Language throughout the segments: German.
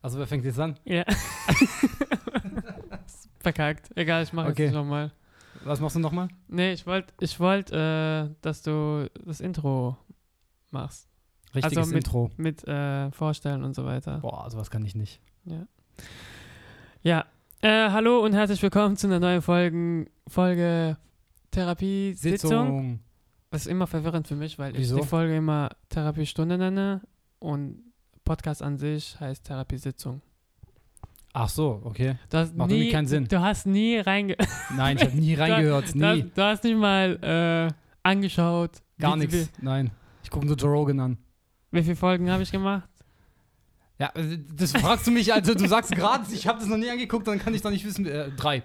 Also wer fängt jetzt an? Ja. Ist Verkackt. Egal, ich mache Okay. jetzt nicht nochmal. Was machst du nochmal? Nee, ich wollte, ich wollt, äh, dass du das Intro machst. Richtiges Also mit- Intro. Mit äh, Vorstellen und so weiter. Boah, sowas kann ich nicht. Ja. Äh, hallo und herzlich willkommen zu einer neuen Folgen, Folge Therapiesitzung. Das ist immer verwirrend für mich, weil Wieso? ich die Folge immer Therapiestunde nenne und Podcast an sich heißt Therapiesitzung. Ach so, okay. Du hast Macht irgendwie nie, keinen Sinn. Du hast nie reinge Nein, ich habe nie reingehört. Du, Nie. hast- du hast nicht mal äh, angeschaut. Gar wie- nichts. Nein. Ich gucke nur Joe Rogan an. Wie, wie viele Folgen habe ich gemacht? Ja, äh, das fragst du mich, also du sagst gerade, ich habe das noch nie angeguckt, dann kann ich doch nicht wissen. Äh, drei.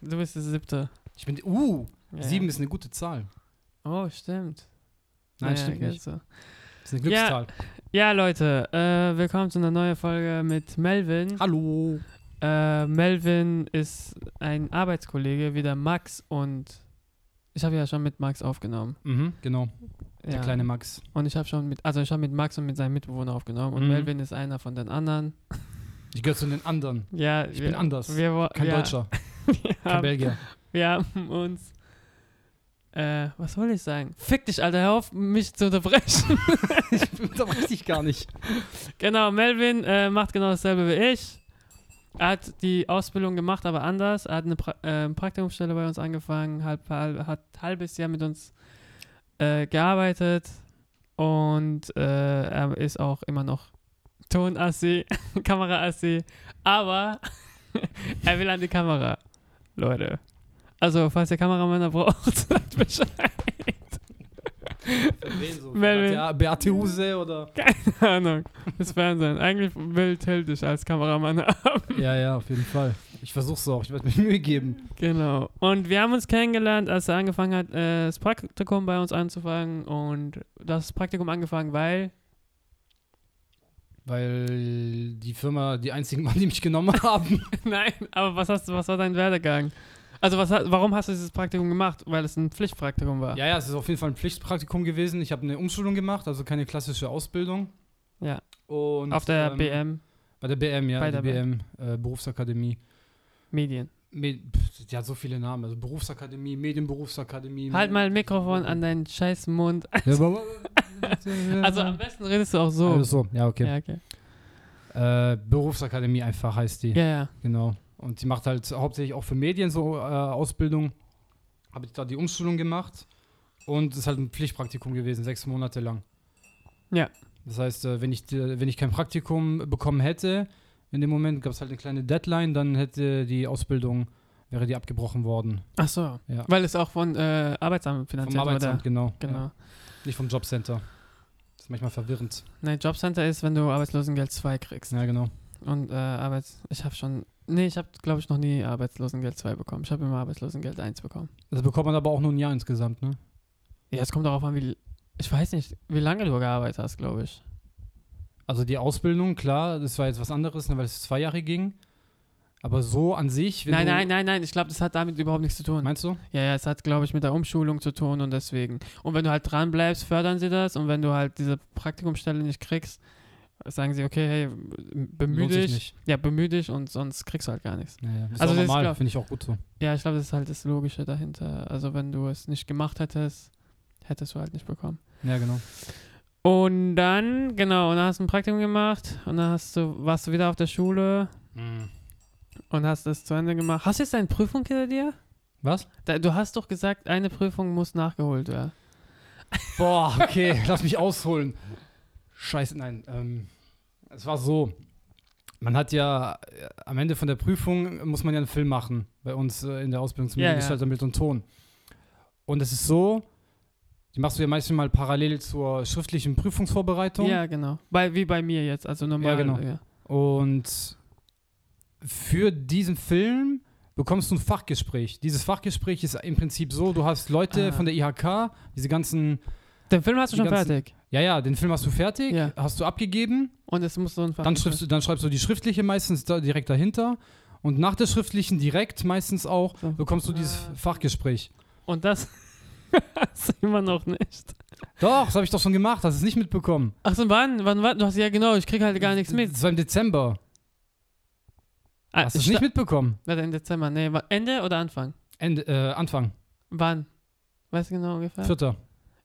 Du bist der siebte. Ich bin, uh, Ja. sieben ist eine gute Zahl. Oh, stimmt. Nein, Ja, stimmt geht nicht. So. Das ist eine Ja. Glückszahl. Ja, Leute, äh, willkommen zu einer neuen Folge mit Melvin. Hallo. Äh, Melvin ist ein Arbeitskollege wie der Max und ich habe ja schon mit Max aufgenommen. Mhm, genau. Ja. Der kleine Max. Und ich habe schon mit, also ich habe mit Max und mit seinem Mitbewohner aufgenommen und Mhm. Melvin ist einer von den anderen. Ich gehöre zu den anderen. Ja, Ich bin anders. Wir, wo- Kein wir, Deutscher, Wir kein haben, Belgier. wir haben uns. Äh, was wollte ich sagen? Fick dich, Alter, hör auf, mich zu unterbrechen. da weiß ich gar nicht. Genau, Melvin äh, macht genau dasselbe wie ich. Er hat die Ausbildung gemacht, aber anders. Er hat eine pra äh, Praktikumsstelle bei uns angefangen, halb, halb, hat ein halbes Jahr mit uns äh, gearbeitet und äh, er ist auch immer noch Tonassi, Kameraassi, aber er will an die Kamera, Leute. Also, falls ihr Kameramänner braucht, sagt Bescheid. Wen so? Melvin. Ja, Beate Huse oder? Keine Ahnung, das Fernsehen. Eigentlich will Till dich als Kameramann haben. Ja, ja, auf jeden Fall. Ich versuch's auch. Ich werde mir Mühe geben. Genau. Und wir haben uns kennengelernt, als er angefangen hat, äh, das Praktikum bei uns anzufangen. Und das Praktikum angefangen, weil. Weil die Firma die einzigen waren, die mich genommen haben. Nein, aber was hast du, was war dein Werdegang? Also was, hat- warum hast du dieses Praktikum gemacht? Weil es ein Pflichtpraktikum war. ja, ja, es ist auf jeden Fall ein Pflichtpraktikum gewesen. Ich habe eine Umschulung gemacht, also keine klassische Ausbildung. Ja. Und, Auf der ähm, BM Bei der BM, ja. Bei Bei der der BM, äh, Berufsakademie. Medien. Med pff, die hat so viele Namen. Also Berufsakademie, Medienberufsakademie. Halt mal ein Mikrofon an deinen scheiß Mund. Ja, aber- Also am besten redest du auch so. Alles Also so, ja, okay. Ja, okay. Äh, Berufsakademie einfach heißt die. Ja, ja. Genau. Und die macht halt hauptsächlich auch für Medien so äh, Ausbildung. Habe ich da die Umschulung gemacht und es ist halt ein Pflichtpraktikum gewesen, sechs Monate lang. Ja. Das heißt, äh, wenn ich, die- wenn ich kein Praktikum bekommen hätte, in dem Moment gab es halt eine kleine Deadline, dann hätte die Ausbildung, wäre die abgebrochen worden. Ach so. Ja. Weil es auch von äh, Arbeitsamt finanziert Vom Arbeitsamt, genau. wurde. Genau. Ja. Nicht vom Jobcenter. Das ist manchmal verwirrend. Nein, Jobcenter ist, wenn du Arbeitslosengeld 2 kriegst. Ja, genau. Und äh, Arbeits... Ich habe schon... Nee, ich habe, glaube ich, noch nie Arbeitslosengeld 2 bekommen. Ich habe immer Arbeitslosengeld 1 bekommen. Das bekommt man aber auch nur ein Jahr insgesamt, ne? Ja, es kommt darauf an, wie... Ich weiß nicht, wie lange du gearbeitet hast, glaube ich. Also die Ausbildung, klar, das war jetzt was anderes, ne, weil es zwei Jahre ging. Aber so an sich. wenn Nein, du, nein, nein, nein. Ich glaube, das hat damit überhaupt nichts zu tun. Meinst du? ja, ja, es hat, glaube ich, mit der Umschulung zu tun und deswegen. Und wenn du halt dran bleibst, fördern sie das. Und wenn du halt diese Praktikumsstelle nicht kriegst, sagen sie, okay, hey, bemühe Lohnt sich dich. nicht. Ja, bemühe dich und sonst kriegst du halt gar nichts. Naja, ist Also also das auch ist klar. normal, finde ich auch gut so. Ja, ich glaube, das ist halt das Logische dahinter. Also, wenn du es nicht gemacht hättest, hättest du halt nicht bekommen. Ja, genau. Und dann, genau, und dann hast du ein Praktikum gemacht und dann hast du, warst du wieder auf der Schule und hast es zu Ende gemacht. Hast du jetzt deine Prüfung hinter dir? Was? Da, du hast doch gesagt, eine Prüfung muss nachgeholt werden. Boah, okay, lass mich ausholen. Scheiße, nein. Ähm, es war so. Man hat ja äh, am Ende von der Prüfung muss man ja einen Film machen bei uns äh, in der Ausbildung zum Ja, ja. Mediengestalter Bild und Ton. Und es ist so, die machst du ja manchmal parallel zur schriftlichen Prüfungsvorbereitung. Ja, genau. Bei, wie bei mir jetzt, also normal. Ja, genau. Ja. Und für diesen Film bekommst du ein Fachgespräch. Dieses Fachgespräch ist im Prinzip so, du hast Leute Ah. von der IHK, diese ganzen, Den Film hast du Die schon ganzen- fertig. ja, ja, den Film hast du fertig, Ja. hast du abgegeben, Und es muss so ein dann schreibst, du, dann schreibst du die schriftliche meistens da direkt dahinter und nach der schriftlichen direkt meistens auch So. bekommst du dieses Ah. Fachgespräch. Und das. Hast du immer noch nicht. Doch, das habe ich doch schon gemacht. Hast du es nicht mitbekommen? Ach so, wann? Wann war? Du hast ja genau, ich krieg halt gar nichts mit. Das war im Dezember. Ah, Hast du es sta- nicht mitbekommen? Warte, Ende Dezember. Nee, wa- Ende oder Anfang? Ende, äh, Anfang, Wann? Weißt du genau ungefähr? Vierter.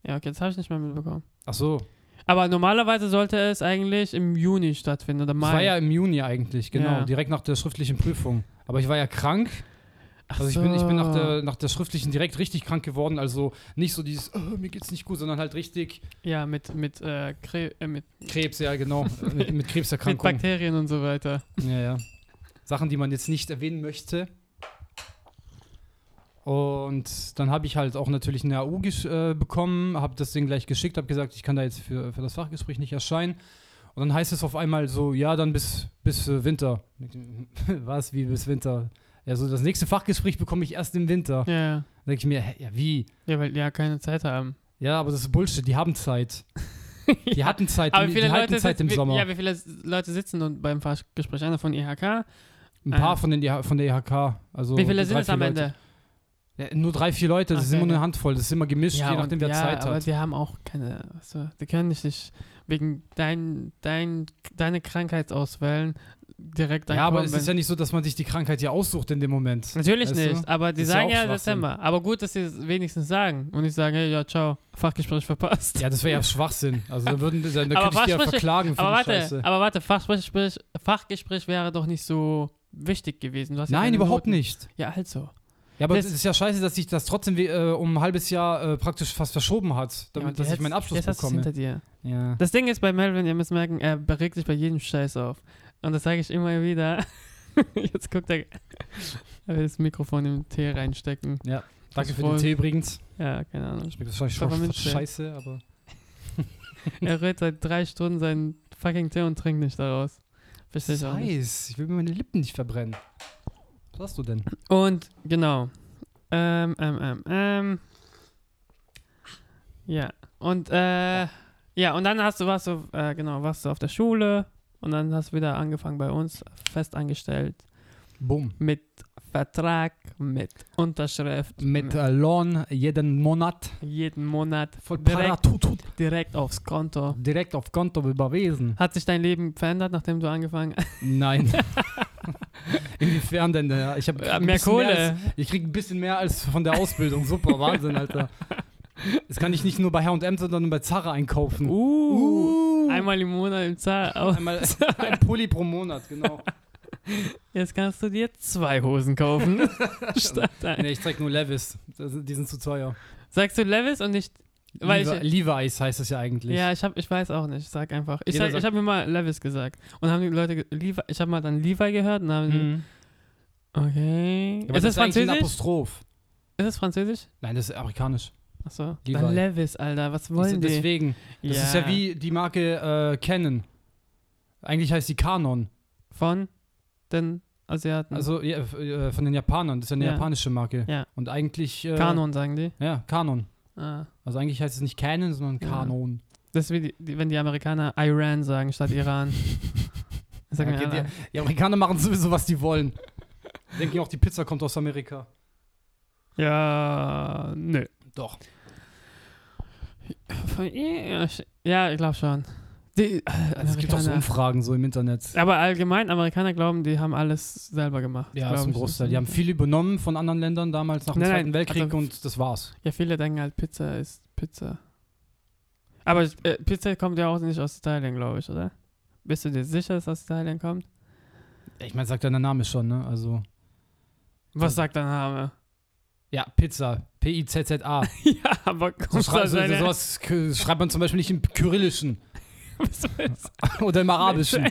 Ja, okay, das habe ich nicht mehr mitbekommen. Ach so. Das Aber normalerweise sollte es eigentlich im Juni stattfinden oder Mai. war ja im Juni eigentlich, genau. Ja. Direkt nach der schriftlichen Prüfung. Aber ich war ja krank. Ach Also ich bin, ich bin nach, so. der, nach der schriftlichen direkt richtig krank geworden. Also nicht so dieses, "Oh, mir geht's nicht gut, sondern halt richtig Ja, mit, mit, äh, Kre äh, mit, Krebs, ja genau. Äh, mit, mit mit Krebserkrankung. Bakterien und so weiter. Ja, ja. Sachen, die man jetzt nicht erwähnen möchte. Und dann habe ich halt auch natürlich eine AU gesch- äh, bekommen, habe das Ding gleich geschickt, habe gesagt, ich kann da jetzt für, für das Fachgespräch nicht erscheinen. Und dann heißt es auf einmal so, ja, dann bis, bis äh, Winter. Was, wie bis Winter? Ja, so das nächste Fachgespräch bekomme ich erst im Winter. Ja, ja. Dann denke ich mir, hä, ja, wie? Ja, weil die ja keine Zeit haben. Ja, aber das ist Bullshit, die haben Zeit. Die hatten Zeit, Aber im- wie die viele hatten Leute Zeit im sitzen, wie- Sommer. Ja, wie viele Leute sitzen nun beim Fachgespräch? Einer von IHK. Ein paar von, den, IH von der IHK. Also äh. wie viele drei, sind es vier am Leute. Ende? Ja, nur drei, vier Leute, das Ach, ist immer ja, nur ja. eine Handvoll, das ist immer gemischt, je und- nachdem, wer Zeit aber hat. die haben auch keine, also, die können nicht dich wegen dein, dein, deine Krankheit auswählen, direkt Ja, aber kommen, es wenn- ist ja nicht so, dass man sich die Krankheit ja aussucht in dem Moment. Natürlich Weißt nicht, aber die Ist ja sagen auch ja, Schwachsinn. Dezember. Aber gut, dass sie es wenigstens sagen und nicht sagen, hey, ja, ciao, Fachgespräch verpasst. Ja, das wäre ja Schwachsinn. Also dann, würden, dann, dann Aber könnte ich die ja Fachsprecher- verklagen für aber, die warte, Scheiße. aber warte, Fachgespräch, Fachgespräch wäre doch nicht so wichtig gewesen. Du hast ja Nein, keine überhaupt Noten. nicht. Ja, also. Ja, aber Das- es ist ja scheiße, dass sich das trotzdem wie, äh, um ein halbes Jahr äh, praktisch fast verschoben hat, ja, damit und dass ich jetzt- meinen Abschluss jetzt hast du's bekomme. hinter dir. Ja. Das Ding ist bei Melvin, ihr müsst merken, er regt sich bei jedem Scheiß auf. Und das sage ich immer wieder. Jetzt guckt er. Er will das Mikrofon im Tee reinstecken. Danke ist für den voll- Tee übrigens. Ja, keine Ahnung. Schmeckt wahrscheinlich schon fast Pfefferminztee. scheiße, aber. Er rührt seit drei Stunden seinen fucking Tee und trinkt nicht daraus. Verstehe Das ich auch nicht. heiß. Ich will mir meine Lippen nicht verbrennen. Was hast du denn? Und genau. Ähm, ähm, ähm, ähm. Ja. Und äh, ja, und dann hast du warst du, äh, genau, warst du auf der Schule und dann hast du wieder angefangen bei uns, fest angestellt, Bumm. mit Vertrag, mit Unterschrift, Mit äh, Lohn jeden Monat. jeden Monat Voll direkt, Paratutut. direkt aufs Konto. direkt auf Konto überwiesen. Hat sich dein Leben verändert, nachdem du angefangen hast? Nein. Inwiefern denn? Ja, Ich habe mehr Kohle. Mehr als, ich krieg ein bisschen mehr als von der Ausbildung. Super, Wahnsinn, Alter. Das kann ich nicht nur bei H&M, sondern bei Zara einkaufen. uh, Uh. einmal im Monat im Zahl. Oh, Einmal ein Pulli pro Monat, genau. jetzt kannst du dir zwei Hosen kaufen. statt einer. Nee, ich trage nur Levis. Das, die sind zu teuer. Sagst du Levis und nicht. Weil Levi- ich, Levi's heißt es ja eigentlich. ja, ich, hab, ich weiß auch nicht. Ich sag einfach. Ich, Jeder sag, ich sagt- habe mir mal Levis gesagt. Und haben die Leute. ge- Levi, ich habe mal dann Levi gehört und haben. Mhm. Okay. Aber ist das ist eigentlich Ein Französisch? Apostroph. Ist das Französisch? Nein, das ist amerikanisch. Achso. Levi. Dann Levis, Alter. Was wollen die? Deswegen. Das ist ja wie die Marke äh, Canon. Eigentlich heißt die Canon. Von den Asiaten. Also ja, f- äh, von den Japanern, das ist ja eine Mhm. Ja. japanische Marke. Ja. Und eigentlich. Äh, Kanon, sagen die. Ja, Kanon. Ah. Also eigentlich heißt es nicht Canon, sondern Ja. Kanon. Das ist wie, die, die, wenn die Amerikaner Iran sagen statt Iran. Sag mir Okay, einer. die, die Amerikaner machen sowieso, was die wollen. Denken auch, die Pizza kommt aus Amerika. Ja, nö. Doch. Von- Ja, ich glaube schon. Die, äh, Also es gibt auch so Amerikaner. Umfragen so im Internet. Aber allgemein, Amerikaner glauben, die haben alles selber gemacht. Ja, Glauben zum ich. ne? Großteil. Die haben viel übernommen von anderen Ländern damals nach dem Nein, Zweiten nein, Weltkrieg also- und das war's. Ja, viele denken halt, Pizza ist Pizza. Aber äh, Pizza kommt ja auch nicht aus Italien, glaube ich, oder? Bist du dir sicher, dass es aus Italien kommt? Ich meine, sagt ja der Name schon, ne? Also. Was sagt dein Name? Ja, Pizza. P-I-Z-Z-A. ja, aber So kommt schrei aus so, Italien? sowas k- schreibt man zum Beispiel nicht im Kyrillischen Was weiß- oder im Arabischen.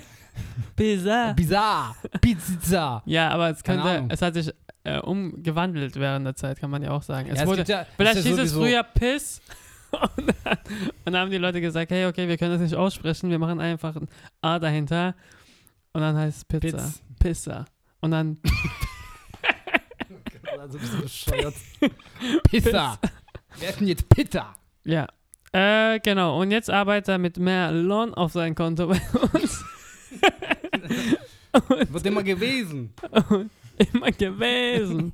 Pizza. Bizarre. Pizza. Ja, aber es Keine könnte, Ahnung. es hat sich äh, umgewandelt während der Zeit, kann man ja auch sagen. Es Ja, wurde, gibt ja- Vielleicht ist ja hieß es sowieso- früher Piss. Und dann, und dann haben die Leute gesagt, hey, okay, wir können das nicht aussprechen, wir machen einfach ein A dahinter. Und dann heißt es Pizza. Pizz. Pizza. Und dann Also bist du bescheuert. Pizza. Wir essen jetzt Pizza. Ja. Äh, genau. Und jetzt arbeitet er mit mehr Lohn auf sein Konto bei uns. Wird immer gewesen. Und immer gewesen.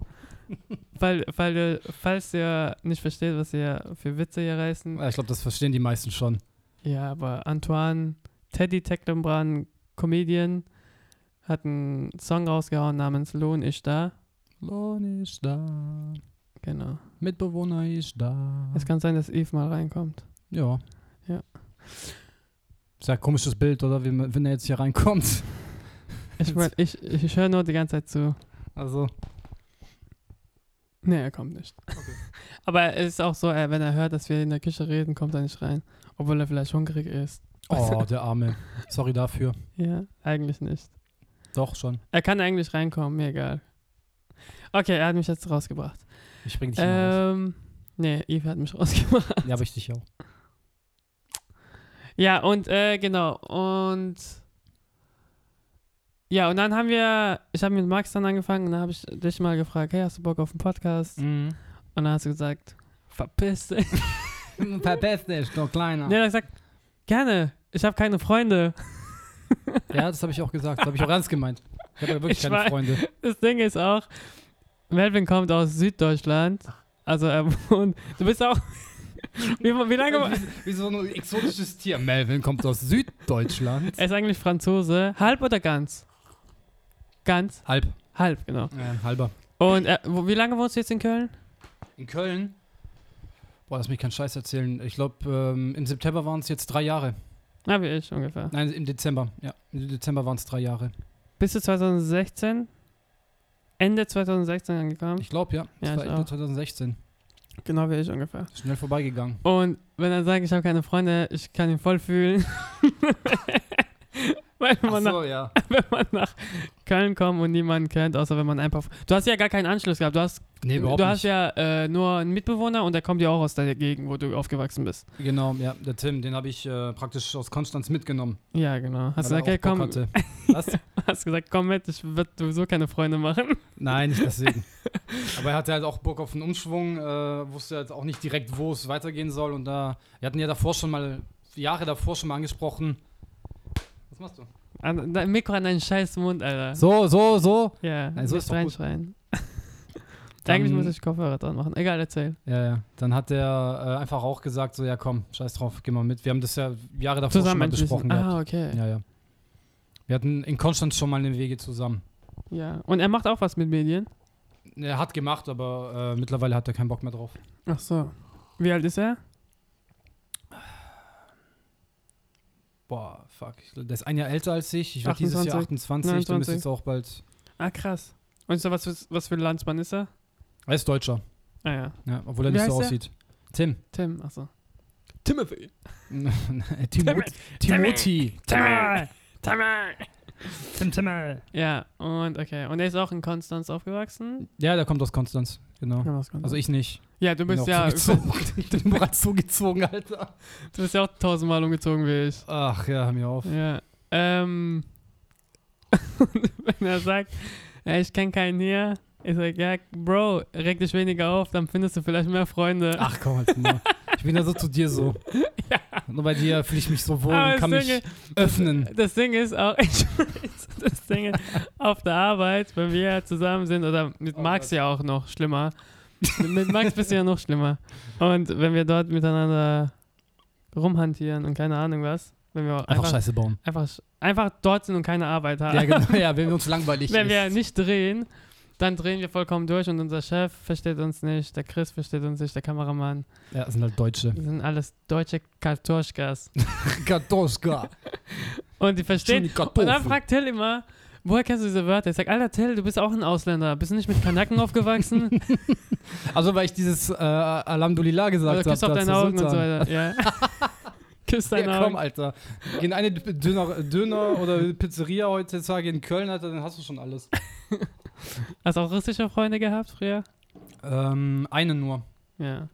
Weil, weil, ihr- falls ihr nicht versteht, was ihr für Witze hier reißen. Ja, Ich glaube, das verstehen die meisten schon. Ja, aber Antoine, Teddy Tecklenbrand, Comedian, hat einen Song rausgehauen namens Lohn ist da. Lohn ist da, Genau. Mitbewohner ist da. Es kann sein, dass Eve mal reinkommt. Ja. Ja. Ist ja ein komisches Bild, oder? Wie, man- wenn er jetzt hier reinkommt. Ich mein, ich, ich höre nur die ganze Zeit zu. Also, Nee, er kommt nicht. Aber es ist auch so, äh, wenn er hört, dass wir in der Küche reden, kommt er nicht rein. Obwohl er vielleicht hungrig ist. oh, der Arme. Sorry dafür. Ja, eigentlich nicht. Doch schon. Er kann eigentlich reinkommen, mir egal. Okay, er hat mich jetzt rausgebracht. Ich bring dich immer raus. Ähm, nee, Eve hat mich rausgebracht. Ja, aber ich dich auch. Ja, und äh, genau. Und ja, und dann haben wir, ich habe mit Max dann angefangen und dann habe ich dich mal gefragt, hey, hast du Bock auf einen Podcast? Mhm. Und dann hast du gesagt, verpiss dich. Verpiss dich, du Kleiner. Nee, dann hab ich gesagt, gerne, ich habe keine Freunde. Ja, das habe ich auch gesagt. Das habe ich auch ernst gemeint. Ich habe ja wirklich Ich keine weiß. Freunde. Das Ding ist auch, Melvin kommt aus Süddeutschland. Also er wohnt, du bist auch, wie, wie lange, Wie, wie so ein exotisches Tier. Melvin kommt aus Süddeutschland. er ist eigentlich Franzose, halb oder ganz? Ganz, Halb. halb, genau. Äh, halber. Und er, wo, wie lange wohnst du jetzt in Köln? In Köln. Boah, lass mich keinen Scheiß erzählen. Ich glaube, ähm, im September waren es jetzt drei Jahre. Na, wie ich ungefähr. Nein, im Dezember. Ja, im Dezember waren es drei Jahre. Bist du 2016? Ende 2016 angekommen? Ich glaube, ja. Das Ja, war ich Ende auch. 2016. genau wie ich ungefähr. Ist Schnell vorbeigegangen. Und wenn er sagt, ich habe keine Freunde, ich kann ihn voll fühlen. Weil wenn man, nach, ja. wenn man nach Köln kommt und niemanden kennt, außer wenn man einfach. Du hast ja gar keinen Anschluss gehabt. Du hast, Nee, überhaupt du nicht. hast ja äh, nur einen Mitbewohner und der kommt ja auch aus der Gegend, wo du aufgewachsen bist. Genau, ja. Der Tim, den habe ich äh, praktisch aus Konstanz mitgenommen. Ja, genau. Hast du weil er gesagt, hey, auch Bock komm, hatte. Was? hast gesagt, komm mit, ich werde sowieso keine Freunde machen. Nein, nicht deswegen. Aber er hatte halt auch Bock auf einen Umschwung, äh, wusste halt auch nicht direkt, wo es weitergehen soll. Und da, wir hatten ja davor schon mal, Jahre davor schon mal angesprochen. Was machst du? An, dein Mikro an deinen scheiß Mund, Alter. So, so, so. Ja, Nein, so nicht ist doch gut. reinschreien. Eigentlich Dann- muss ich Kopfhörer dran machen. Egal, erzähl. Ja, ja. Dann hat er äh, einfach auch gesagt, so, ja komm, scheiß drauf, geh mal mit. Wir haben das ja Jahre davor schon Zusammen mal entschließen. besprochen gehabt. Ah, okay. Ja, ja. Wir hatten in Konstanz schon mal eine Wege zusammen. Ja. Und er macht auch was mit Medien. Er hat gemacht, aber äh, mittlerweile hat er keinen Bock mehr drauf. Ach so. Wie alt ist er? Boah, fuck. Der ist ein Jahr älter als ich. Ich werde dieses Jahr 28. Du bist 29. jetzt auch bald. Ah, krass. Und ist er was, für- was für ein Landsmann ist er? Er ist Deutscher, Ah ja. ja, obwohl er Wie nicht so heißt er? aussieht. Tim. Tim, ach so. Timothy. Timo Timothy. Timmy. Timmy. Tim Timmel. Ja, und okay. Und er ist auch in Konstanz aufgewachsen. Ja, der kommt aus Konstanz. Genau. Also ich nicht. ja, du bist Bin ja, auch du zugezogen. Ich bin bereits zugezogen, Alter. bist ja auch tausendmal umgezogen wie ich. Ach ja, hör mir auf. Ja. Ähm. wenn er sagt, ja, ich kenne keinen hier, ich sag, ja, Bro, reg dich weniger auf, dann findest du vielleicht mehr Freunde. Ach komm, halt mal. Ich bin ja so zu dir so. Nur bei dir fühle ich mich so wohl Aber und kann das mich Ding öffnen. Das Ding ist auch, ich weiß, das Ding ist, auf der Arbeit, wenn wir zusammen sind, oder mit Oh Max Gott. ja auch noch schlimmer. mit Max bist du ja noch schlimmer. Und wenn wir dort miteinander rumhantieren und keine Ahnung was, wenn wir auch Einfach, einfach, Scheiße bauen. einfach, einfach dort sind und keine Arbeit haben. Ja, genau. Ja, wenn wir uns langweilig wenn ist. wir nicht drehen, dann drehen wir vollkommen durch und unser Chef versteht uns nicht, der Chris versteht uns nicht, der Kameramann. Ja, das sind halt Deutsche. Das sind alles deutsche Kartoschkas. Kartoschka. Und die verstehen. Schöne Kartoffel. Und dann fragt Till immer, woher kennst du diese Wörter? Ich sag, Alter Till, du bist auch ein Ausländer. Bist du nicht mit Kanaken aufgewachsen? Also, weil ich dieses äh, Alhamdulillah Oder gesagt habe. küss auf Also deine Augen und so weiter. Ja. küss deine Ja, komm, Augen. Alter. Geh in eine D- Döner, Döner oder Pizzeria heutzutage in Köln, Alter, dann hast du schon alles. Hast du auch russische Freunde gehabt früher? Ähm, eine nur. Ja.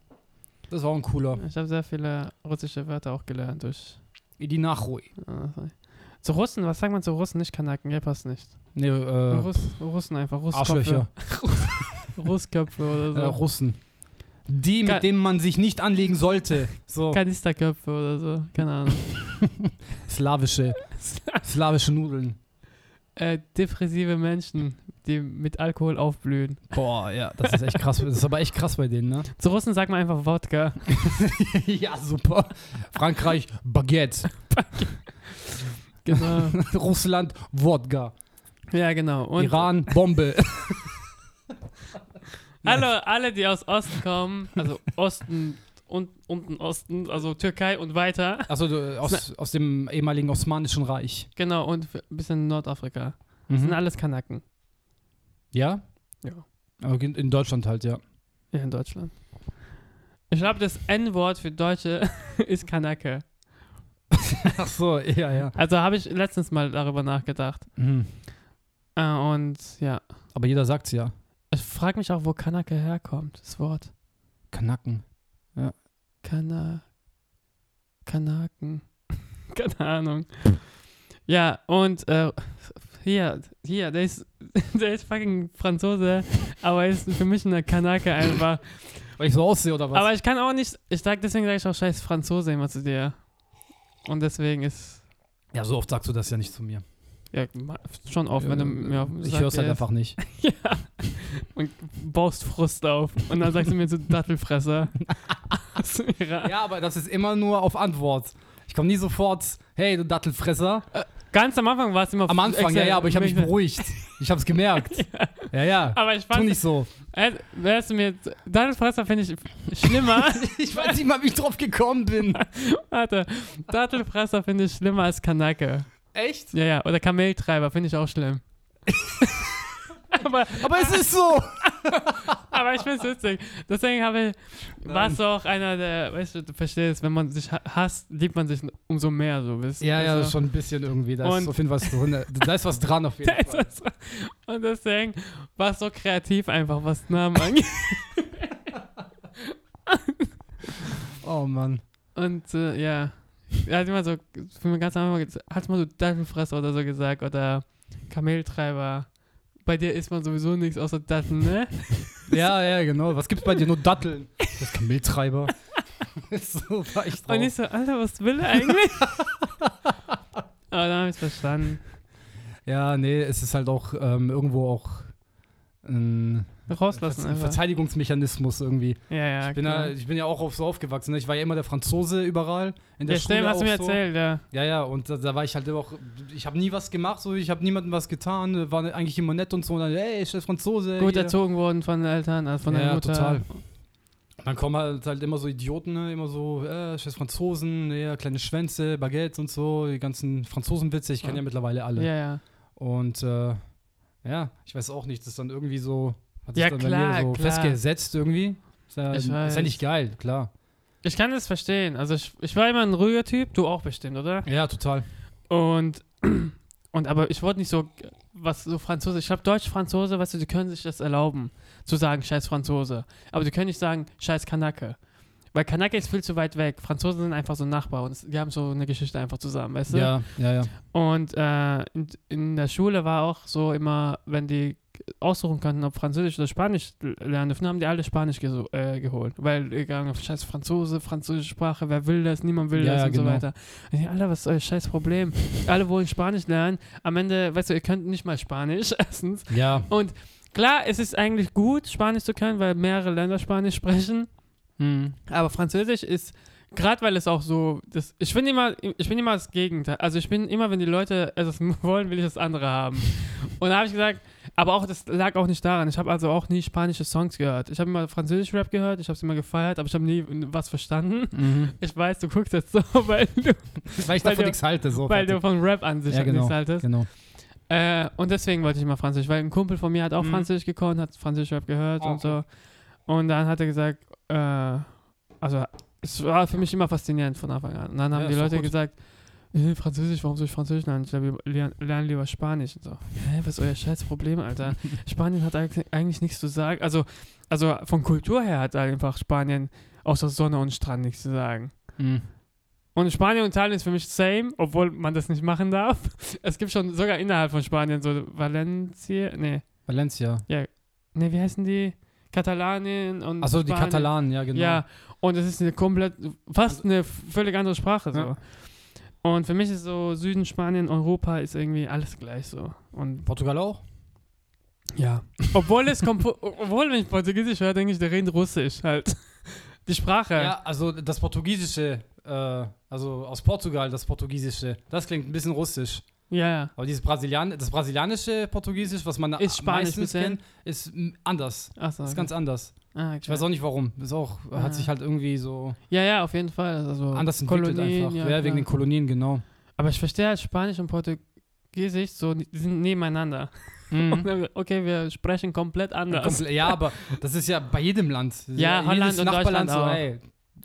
Das war auch ein cooler. Ich habe sehr viele russische Wörter auch gelernt durch. Idi Nachrui. äh, Zu Russen, was sagt man zu Russen? Nicht Kanaken, ja, passt nicht. Nee, äh, Russ, Also. Russen einfach, Russköpfe. Arschlöcher. Russköpfe Äh, oder so. Russen. Die, Ka- mit denen man sich nicht anlegen sollte. So, Kanisterköpfe oder so, keine Ahnung. slawische. slawische Nudeln. äh, depressive Menschen. die mit Alkohol aufblühen. Boah, ja, das ist echt krass. Das ist aber echt krass bei denen, ne? Zu Russen sagt man einfach Wodka. ja, super. Frankreich, Baguette. Genau. Russland, Wodka. ja, genau. Und Iran, Bombe. Alle, alle, die aus Osten kommen, also Osten und unten Osten, also Türkei und weiter, Also du, aus, aus dem ehemaligen Osmanischen Reich. genau, und f- ein bisschen Nordafrika, Das sind Mhm. alles Kanaken. Ja? Ja. Aber In in Deutschland halt, ja. Ja, in Deutschland. Ich glaube, das N-Wort für Deutsche ist Kanake. Ach so, ja, ja. Also habe ich letztens mal darüber nachgedacht. Mhm. Äh, und ja, Aber jeder sagt's ja. ich frage mich auch, wo Kanake herkommt, das Wort. Knacken. Kana Kanaken. Keine Ahnung. Ja, und äh, hier, hier, der ist, der ist fucking Franzose, aber ist für mich eine Kanake einfach. Weil ich so aussehe oder was? Aber ich kann auch nicht, ich sag, deswegen sage ich auch scheiß Franzose immer zu dir. Und deswegen ist, ja, so oft sagst du das ja nicht zu mir. ja, ma- schon oft, wenn du mir auf ich sag höre es halt dir- einfach nicht. Ja. Und baust Frust auf. Und dann sagst du mir so Dattelfresser. Aus dem Iran. Ja, aber das ist immer nur auf Antwort. Ich komme nie sofort, hey, du Dattelfresser. Ganz am Anfang war es immer Am Anfang, ja, ja, aber ich habe mich beruhigt. beruhigt. Ich habe es gemerkt. Ja, ja. Aber ich Tu fand, nicht so. äh, wärst du mir, Dattelfresser finde ich schlimmer. Ich weiß nicht mal, wie ich drauf gekommen bin. Warte, Dattelfresser finde ich schlimmer als Kanake. Echt? Ja, ja, oder Kameltreiber finde ich auch schlimm. aber, Aber es ist so. aber ich finde es witzig. Deswegen habe ich, warst du auch einer der, weißt du, du verstehst, wenn man sich ha- hasst, liebt man sich umso mehr, so, wisst Ja, ja, also, das ist schon ein bisschen irgendwie. Da Und- ist auf jeden Fall was drin. Da ist was dran auf jeden Fall. Das ist- Und deswegen war es so kreativ einfach, was ne, Namen angeht. Oh Mann. Und äh, ja, er hat immer so, für mich ganz einfach hat mal so Dattenfresser oder so gesagt oder Kameltreiber. Bei dir isst man sowieso nichts außer Datten, ne? Ja, ja, genau. Was gibt's bei dir? Nur Datteln. Das Kameltreiber. so war ich Und ich drauf. so, Alter, was will er eigentlich? Aber dann habe ich es verstanden. Ja, nee, es ist halt auch ähm, irgendwo auch ein Rauslassen Ver- einfach. Verteidigungsmechanismus irgendwie. Ja, ja, ich, bin klar. ja, ich bin ja auch auf so aufgewachsen. Ne? Ich war ja immer der Franzose überall. In der ja, Schule stimmt, hast du auch mir so. erzählt, ja. Ja, ja, und da, da war ich halt immer auch, ich habe nie was gemacht, so, ich habe niemandem was getan, äh, war eigentlich immer nett und so, und dann, ey, ich bin Franzose. Gut hier. erzogen worden von den Eltern, also von der Äh, Ja, Mutter. total. Dann kommen halt, halt immer so Idioten, ne? immer so, äh, scheiß Franzosen, ne, ja, kleine Schwänze, Baguette und so, die ganzen Franzosenwitze, ich kenne Ja. ja. mittlerweile alle. Ja, ja. Und äh, ja, ich weiß auch nicht, das ist dann irgendwie so, hat Ja, dann klar, so klar. festgesetzt irgendwie. Ist ja, Ich ist ja weiß. nicht geil, klar. Ich kann das verstehen. Also ich, ich war immer ein ruhiger Typ, du auch bestimmt, oder? Ja, total. Und, und aber ich wollte nicht so, was so Franzose, ich glaube Deutsch-Franzose, weißt du, die können sich das erlauben, zu sagen, scheiß Franzose. Aber die können nicht sagen, scheiß Kanake. Weil Kanake ist viel zu weit weg. Franzosen sind einfach so Nachbar und es- die haben so eine Geschichte einfach zusammen, weißt du? Ja, ja, ja. Und äh, in, in der Schule war auch so immer, wenn die aussuchen konnten, ob Französisch oder Spanisch l- lernen dürfen, haben die alle Spanisch geso- äh, geholt. Weil die gegangen auf scheiß Franzose, französische Sprache, wer will das, niemand will Ja, das ja, und so genau. weiter. Und ich, Alter, was ist euer scheiß Problem? Alle wollen Spanisch lernen. Am Ende, weißt du, ihr könnt nicht mal Spanisch erstens. Ja. Und klar, es ist eigentlich gut, Spanisch zu können, weil mehrere Länder Spanisch sprechen. Hm. Aber Französisch ist, gerade weil es auch so, das, ich bin immer, ich bin immer das Gegenteil. Also ich bin immer, wenn die Leute etwas wollen, will ich das andere haben. Und da habe ich gesagt, aber auch das lag auch nicht daran. Ich habe also auch nie spanische Songs gehört. Ich habe immer französisch Rap gehört, ich habe es immer gefeiert, aber ich habe nie was verstanden. Mhm. Ich weiß, du guckst jetzt so, weil du, Weil ich Weil davon du- nichts halte, so. weil du fertig. von Rap an sich Ja, genau. nichts haltest. genau. Äh, und deswegen wollte ich immer Französisch, weil ein Kumpel von mir hat auch Mhm. Ah, Französisch gekonnt, hat Französisch Rap gehört und so. Okay. Und dann hat er gesagt, äh, also es war für mich immer faszinierend von Anfang an. Und dann haben Ja, die ist doch Leute gut. gesagt, äh, Französisch, warum soll ich Französisch lernen? Ich glaube, wir lernen- lernen lieber Spanisch und so. Hä, was ist euer scheiß Problem, Alter? Spanien hat eigentlich eigentlich nichts zu sagen. Also, also von Kultur her hat einfach Spanien außer Sonne und Strand nichts zu sagen. Mhm. Und Spanien und Italien ist für mich same, obwohl man das nicht machen darf. Es gibt schon sogar innerhalb von Spanien so Valencia, nee, Valencia. nee, wie heißen die? Katalanien und Achso, die Spanien. Katalanen, ja, genau. Ja, und es ist eine komplett, fast eine völlig andere Sprache so. Ja. Und für mich ist so Süden, Spanien, Europa ist irgendwie alles gleich so. Und Portugal auch? Ja. Obwohl es kompo- obwohl wenn ich Portugiesisch höre, denke ich, der redet Russisch halt. Die Sprache. Ja, also das Portugiesische, äh, also aus Portugal das Portugiesische, das klingt ein bisschen russisch. ja. ja. Aber dieses Brasilian das brasilianische Portugiesisch, was man Ist am Spanisch meistens bisher? kennt, ist m, anders. Achso. Ist ganz anders. ah, Ich weiß auch nicht warum. Ist auch, Ah. hat sich halt irgendwie so Ja, ja, auf jeden Fall. Also anders entwickelt einfach. Ja, wegen klar. den Kolonien, genau. Aber ich verstehe halt Spanisch und Portugiesisch so, die sind nebeneinander. Und dann, Okay, wir sprechen komplett anders. Komple- Mhm. ja, aber das ist ja bei jedem Land. Ja, Holland jedes und Nachbarland Deutschland so,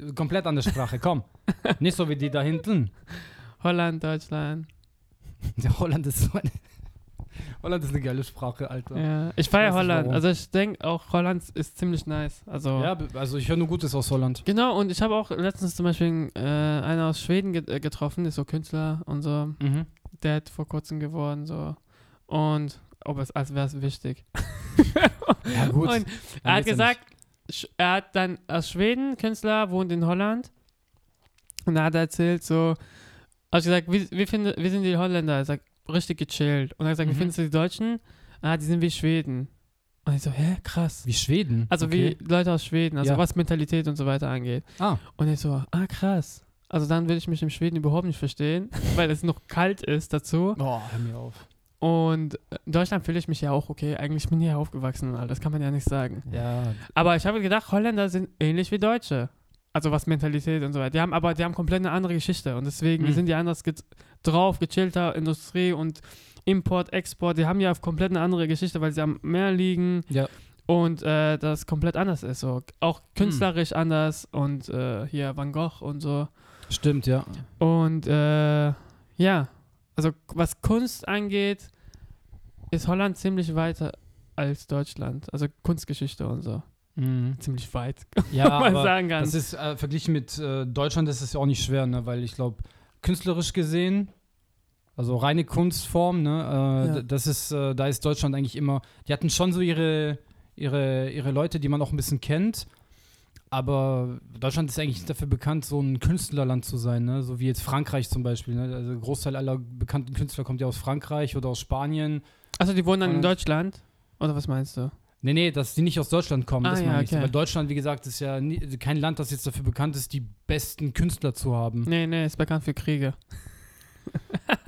auch. ey, komplett andere Sprache, komm. nicht so wie die da hinten. Holland, Deutschland. Ja, Holland ist so eine. Holland ist eine geile Sprache, Alter. Ja. Ich weiß feiere nicht, Holland. warum. Also ich denke auch, Holland ist ziemlich nice. Also Ja, be- also ich höre nur Gutes aus Holland. Genau, und ich habe auch letztens zum Beispiel äh, einen aus Schweden get äh, getroffen, ist so Künstler und so. Der hat vor kurzem geworden, so. Und, ob es, als wäre es wichtig. Ja, gut. Und Dann er hat geht's ja gesagt, sch- er hat dann aus Schweden, Künstler, wohnt in Holland. Und er hat erzählt, so, hab ich gesagt, wie, wie, finde, wie sind die Holländer? Er sagt, richtig gechillt. Und er hat gesagt, Mhm. wie findest du die Deutschen? Ah, die sind wie Schweden. Und ich so, hä, krass. Wie Schweden. Also wie Leute aus Schweden, also Ja. was Mentalität und so weiter angeht. Ah. Und ich so, ah krass. Also dann will ich mich im Schweden überhaupt nicht verstehen, weil es noch kalt ist dazu. Oh, hör mir auf. Und in Deutschland fühle ich mich ja auch okay. Eigentlich bin ich ja aufgewachsen und all das kann man ja nicht sagen. Ja. Aber ich habe gedacht, Holländer sind ähnlich wie Deutsche. Also was Mentalität und so weiter. Die haben aber die haben komplett eine andere Geschichte und deswegen Mhm. sind die anders get drauf, gechillter, Industrie und Import, Export. Die haben ja komplett eine andere Geschichte, weil sie am Meer liegen Ja. und äh, das komplett anders ist. So. Auch künstlerisch anders und äh, hier Van Gogh und so. Stimmt, ja. Und äh, ja, also was Kunst angeht, ist Holland ziemlich weiter als Deutschland. Also Kunstgeschichte und so. Ziemlich weit Ja, man aber sagen kann. das ist äh, verglichen mit äh, Deutschland ist es ja auch nicht schwer, ne? Weil ich glaube, künstlerisch gesehen, also reine Kunstform, ne? Äh, Ja. d- Das ist, äh, da ist Deutschland eigentlich immer. Die hatten schon so ihre, ihre, ihre Leute, die man auch ein bisschen kennt. Aber Deutschland ist eigentlich dafür bekannt, so ein Künstlerland zu sein, ne? so wie jetzt Frankreich zum Beispiel. Ne? Also ein Großteil aller bekannten Künstler kommt ja aus Frankreich oder aus Spanien. also die wohnen dann in Und- Deutschland? Oder was meinst du? Nee, nee, dass die nicht aus Deutschland kommen, Ah, das ja, meine ich. okay. Weil Deutschland, wie gesagt, ist ja nie, also kein Land, das jetzt dafür bekannt ist, die besten Künstler zu haben. Nee, nee, ist bekannt für Kriege.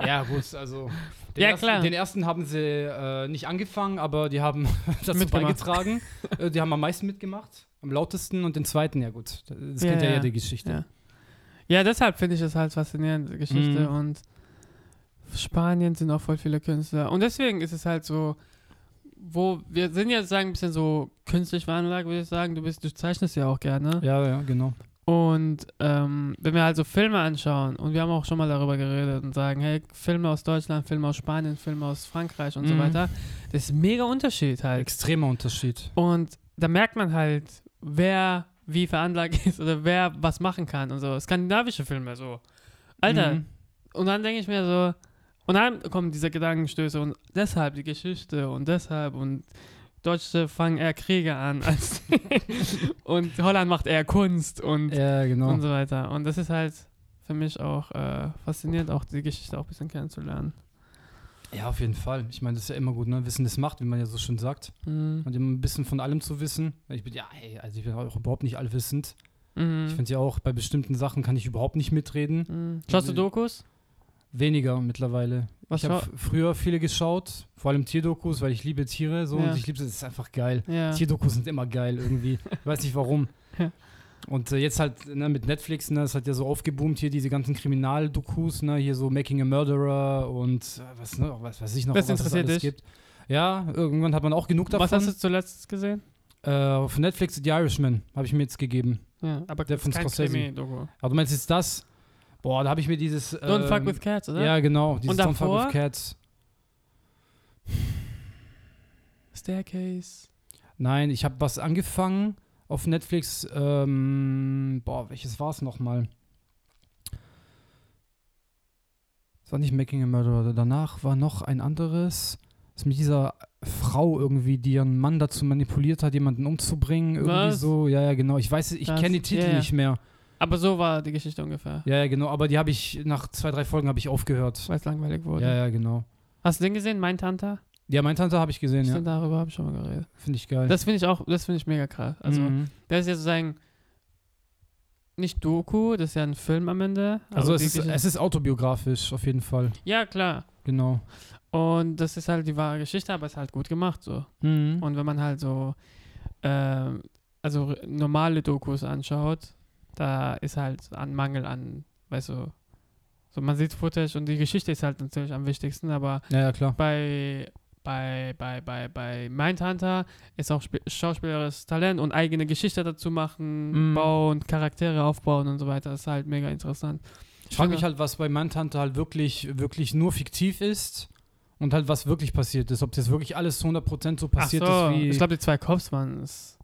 ja, gut, also. Den Ja, ersten, klar. Den ersten haben sie äh, nicht angefangen, aber die haben dazu Mitgemacht. beigetragen. äh, die haben am meisten mitgemacht, am lautesten und den zweiten, ja gut. Das kennt Ja, ja, ja. jede Geschichte. Ja. Ja, deshalb finde ich das halt faszinierend, die Geschichte. Mhm. Und Spanien sind auch voll viele Künstler. Und deswegen ist es halt so, wo wir sind ja sagen, ein bisschen so künstlich veranlagt, würde ich sagen. Du bist, du zeichnest ja auch gerne. Ja, ja, genau. Und ähm, wenn wir halt so Filme anschauen, und wir haben auch schon mal darüber geredet und sagen, hey, Filme aus Deutschland, Filme aus Spanien, Filme aus Frankreich und so Mhm. weiter, das ist ein mega Unterschied halt. Extremer Unterschied. Und da merkt man halt, wer wie veranlagt ist oder wer was machen kann und so. Skandinavische Filme so. Alter, Mhm. und dann denke ich mir so, und dann kommen diese Gedankenstöße und deshalb die Geschichte und deshalb und Deutsche fangen eher Kriege an als und Holland macht eher Kunst und, Ja, genau. und so weiter. Und das ist halt für mich auch äh, faszinierend, auch die Geschichte auch ein bisschen kennenzulernen. Ja, auf jeden Fall. Ich meine, das ist ja immer gut, ne? Wissen das macht, wie man ja so schön sagt. Mhm. Und immer ein bisschen von allem zu wissen. Ich bin ja, ey, also ich bin auch überhaupt nicht allwissend. Mhm. Ich finde ja auch, bei bestimmten Sachen kann ich überhaupt nicht mitreden. Mhm. Schaust du Dokus? Weniger mittlerweile. Was ich habe schau- früher viele geschaut, vor allem Tierdokus, weil ich liebe Tiere so Ja. und ich liebe es, es ist einfach geil. Ja. Tierdokus sind immer geil irgendwie. ich weiß nicht warum. Ja. Und äh, jetzt halt ne, mit Netflix, ne, es hat ja so aufgeboomt hier diese ganzen Kriminaldokus, ne, hier so Making a Murderer und äh, was, ne, was weiß ich noch, Das was interessiert es alles dich? gibt. Ja, irgendwann hat man auch genug davon. Was hast du zuletzt gesehen? äh, auf Netflix The Irishman habe ich mir jetzt gegeben. Ja, aber Der das von ist kein Scorsese. Krimi-Doku. Aber du meinst jetzt das? Boah, da habe ich mir dieses. Don't fuck ähm, with cats, oder? Ja, genau. Dieses Und Don't fuck davor? with cats. Staircase. Nein, ich habe was angefangen auf Netflix. Ähm, boah, welches war es nochmal? Es war nicht Making a Murderer. Danach war noch ein anderes. Das mit dieser Frau irgendwie, die ihren Mann dazu manipuliert hat, jemanden umzubringen. Irgendwie Was? so. Ja, ja, genau. Ich weiß, ich Das- kenne die Titel ja, ja. nicht mehr. Aber so war die Geschichte ungefähr. Ja, ja, genau. Aber die habe ich nach zwei, drei Folgen habe ich aufgehört. Weil es langweilig wurde. Ja, ja, genau. Hast du den gesehen, Mein Tanta? Ja, mein Tante habe ich gesehen, ja. Stimmt, darüber habe ich schon mal geredet. Finde ich geil. Das finde ich auch, das finde ich mega krass. Also, Mhm. das ist ja sozusagen nicht Doku, das ist ja ein Film am Ende. also aber es ist, wirklich- es ist autobiografisch, auf jeden Fall. ja, klar. Genau. Und das ist halt die wahre Geschichte, aber es ist halt gut gemacht so. Mhm. Und wenn man halt so ähm, also r- normale Dokus anschaut, da ist halt ein Mangel an, weißt du, so man sieht Footage und die Geschichte ist halt natürlich am wichtigsten, aber ja, ja, klar. bei bei bei bei bei Mindhunter ist auch Sp- schauspielerisches Talent und eigene Geschichte dazu machen, Mhm. bauen, Charaktere aufbauen und so weiter, ist halt mega interessant. Ich frage finde- mich halt, was bei Mantante halt wirklich, wirklich nur fiktiv ist und halt was wirklich passiert ist. Ob das wirklich alles zu 100% so passiert Ach so, ist wie. ich glaube die zwei Cops waren es.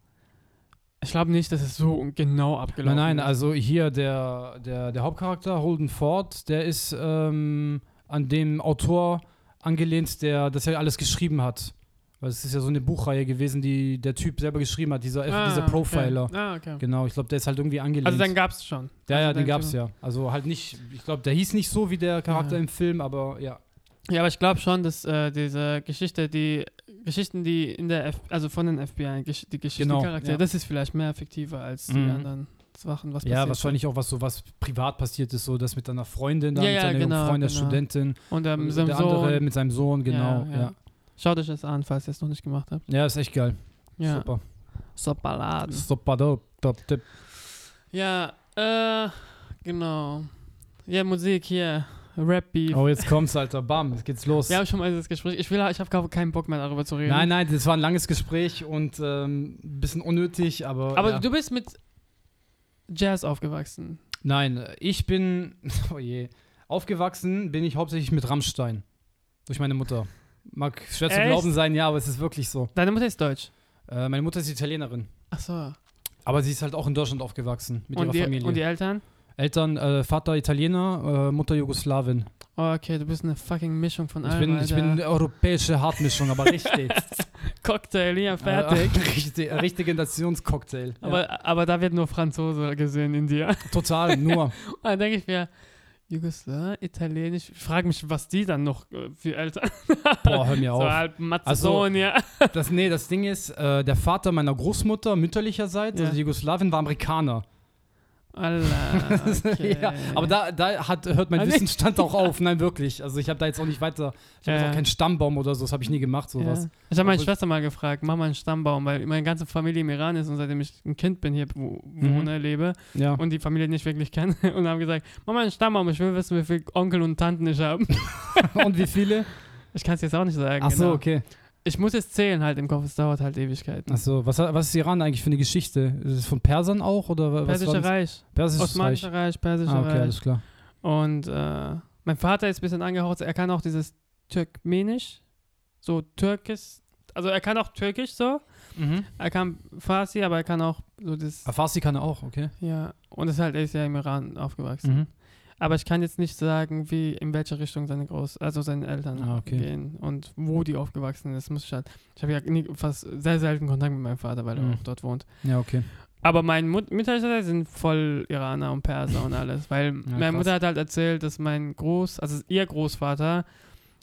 Ich glaube nicht, dass es so genau abgelaufen nein, nein, ist. also hier der, der, der Hauptcharakter, Holden Ford, der ist ähm, an dem Autor angelehnt, der das ja alles geschrieben hat. Weil es ist ja so eine Buchreihe gewesen, die der Typ selber geschrieben hat, dieser, dieser Ah, okay. Äh, Profiler. Ah, okay. Genau, ich glaube, der ist halt irgendwie angelehnt. Also dann gab es schon. ja, ja, also den dann- gab's ja. Also halt nicht, ich glaube, der hieß nicht so wie der Charakter Ja. im Film, aber ja. Ja, aber ich glaube schon, dass äh, diese Geschichte, die Geschichten, die in der, F also von den FBI, gesch die Geschichten, Genau, die Charaktere, ja. das ist vielleicht mehr fiktiver als die Mhm. anderen Sachen, was passiert. Ja, wahrscheinlich auch was so was privat passiert ist, so das mit deiner Freundin, dann Ja, mit ja, seiner jungen genau, Freundin, der genau. Studentin, ist. Und ähm, und so der andere mit seinem Sohn, genau. Ja, Ja, ja. Schaut euch das an, falls ihr es noch nicht gemacht habt. Ja, ist echt geil. Ja. Super. So Balladen. Super dope, dope, dope. Ja, äh, genau. Ja, Musik hier. Rap Beef. Oh, jetzt kommt's, Alter. Bam, jetzt geht's los. Wir haben schon mal dieses Gespräch. Ich will, ich habe keinen Bock mehr darüber zu reden. nein, nein, das war ein langes Gespräch und ähm, ein bisschen unnötig, aber. Aber Oh, ja. du bist mit Jazz aufgewachsen. Nein, ich bin. Oh je. Aufgewachsen bin ich hauptsächlich mit Rammstein. Durch meine Mutter. Mag schwer zu Echt? glauben sein, ja, aber es ist wirklich so. Deine Mutter ist deutsch. Äh, meine Mutter ist Italienerin. Ach so. Aber sie ist halt auch in Deutschland aufgewachsen mit und, ihrer die, Familie. und die Eltern? Eltern, äh, Vater Italiener, äh, Mutter Jugoslawin. Oh, okay, du bist eine fucking Mischung von Ich allem. bin, ich bin eine Alter. europäische Hartmischung, aber richtig. Cocktail, ja, fertig. Äh, richtig richtiger Nationscocktail. aber, aber da wird nur Franzose gesehen in dir. ja, total, nur. Und dann denke ich mir, Jugoslaw, Italienisch. Ich frage mich, was die dann noch äh, für Eltern. Boah, hör mir So auf. halb Mazedonier. Das, nee, das Ding ist, äh, der Vater meiner Großmutter mütterlicherseits, Ja. also Jugoslawin, war Amerikaner. Alter. Okay. ja, aber da, da hat, hört mein Ah, nee. Wissensstand auch auf. Nein, wirklich. Also ich habe da jetzt auch nicht weiter, ich habe Ja. auch keinen Stammbaum oder so, das habe ich nie gemacht, sowas. Ja. Ich habe meine Obwohl- Schwester mal gefragt, mach mal einen Stammbaum, weil meine ganze Familie im Iran ist und seitdem ich ein Kind bin, hier wo- Mhm. wohne, lebe Ja. und die Familie nicht wirklich kenne und haben gesagt, mach mal einen Stammbaum, ich will wissen, wie viele Onkel und Tanten ich habe. Und, wie viele? Ich kann es jetzt auch nicht sagen. Ach so, genau. okay. Ich muss jetzt zählen halt im Kopf, es dauert halt Ewigkeiten. Ach so, was, hat- was ist Iran eigentlich für eine Geschichte? Ist es von Persern auch? Oder wa- was war Persische das? Reich, Persisches Reich. Osmanische Reich, Persische Ah, okay, Reich. alles klar. Und äh, mein Vater ist ein bisschen angehaucht, er kann auch dieses Türkmenisch, so Türkisch, also er kann auch Türkisch so, er kann Farsi, aber er kann auch so das Ah, Farsi kann er auch, okay. Ja, und ist halt, er ist ja im Iran aufgewachsen. Mhm. Aber ich kann jetzt nicht sagen, wie, in welche Richtung seine Groß-, also seine Eltern Ah, okay. gehen und wo die aufgewachsen ist. Muss ich halt, ich habe ja nie, fast sehr selten Kontakt mit meinem Vater, weil Mhm. er auch dort wohnt. Ja, okay. Aber meine Mut Mütter sind voll Iraner und Perser und alles, weil meine krass. Mutter hat halt erzählt, dass mein Groß-, also ihr Großvater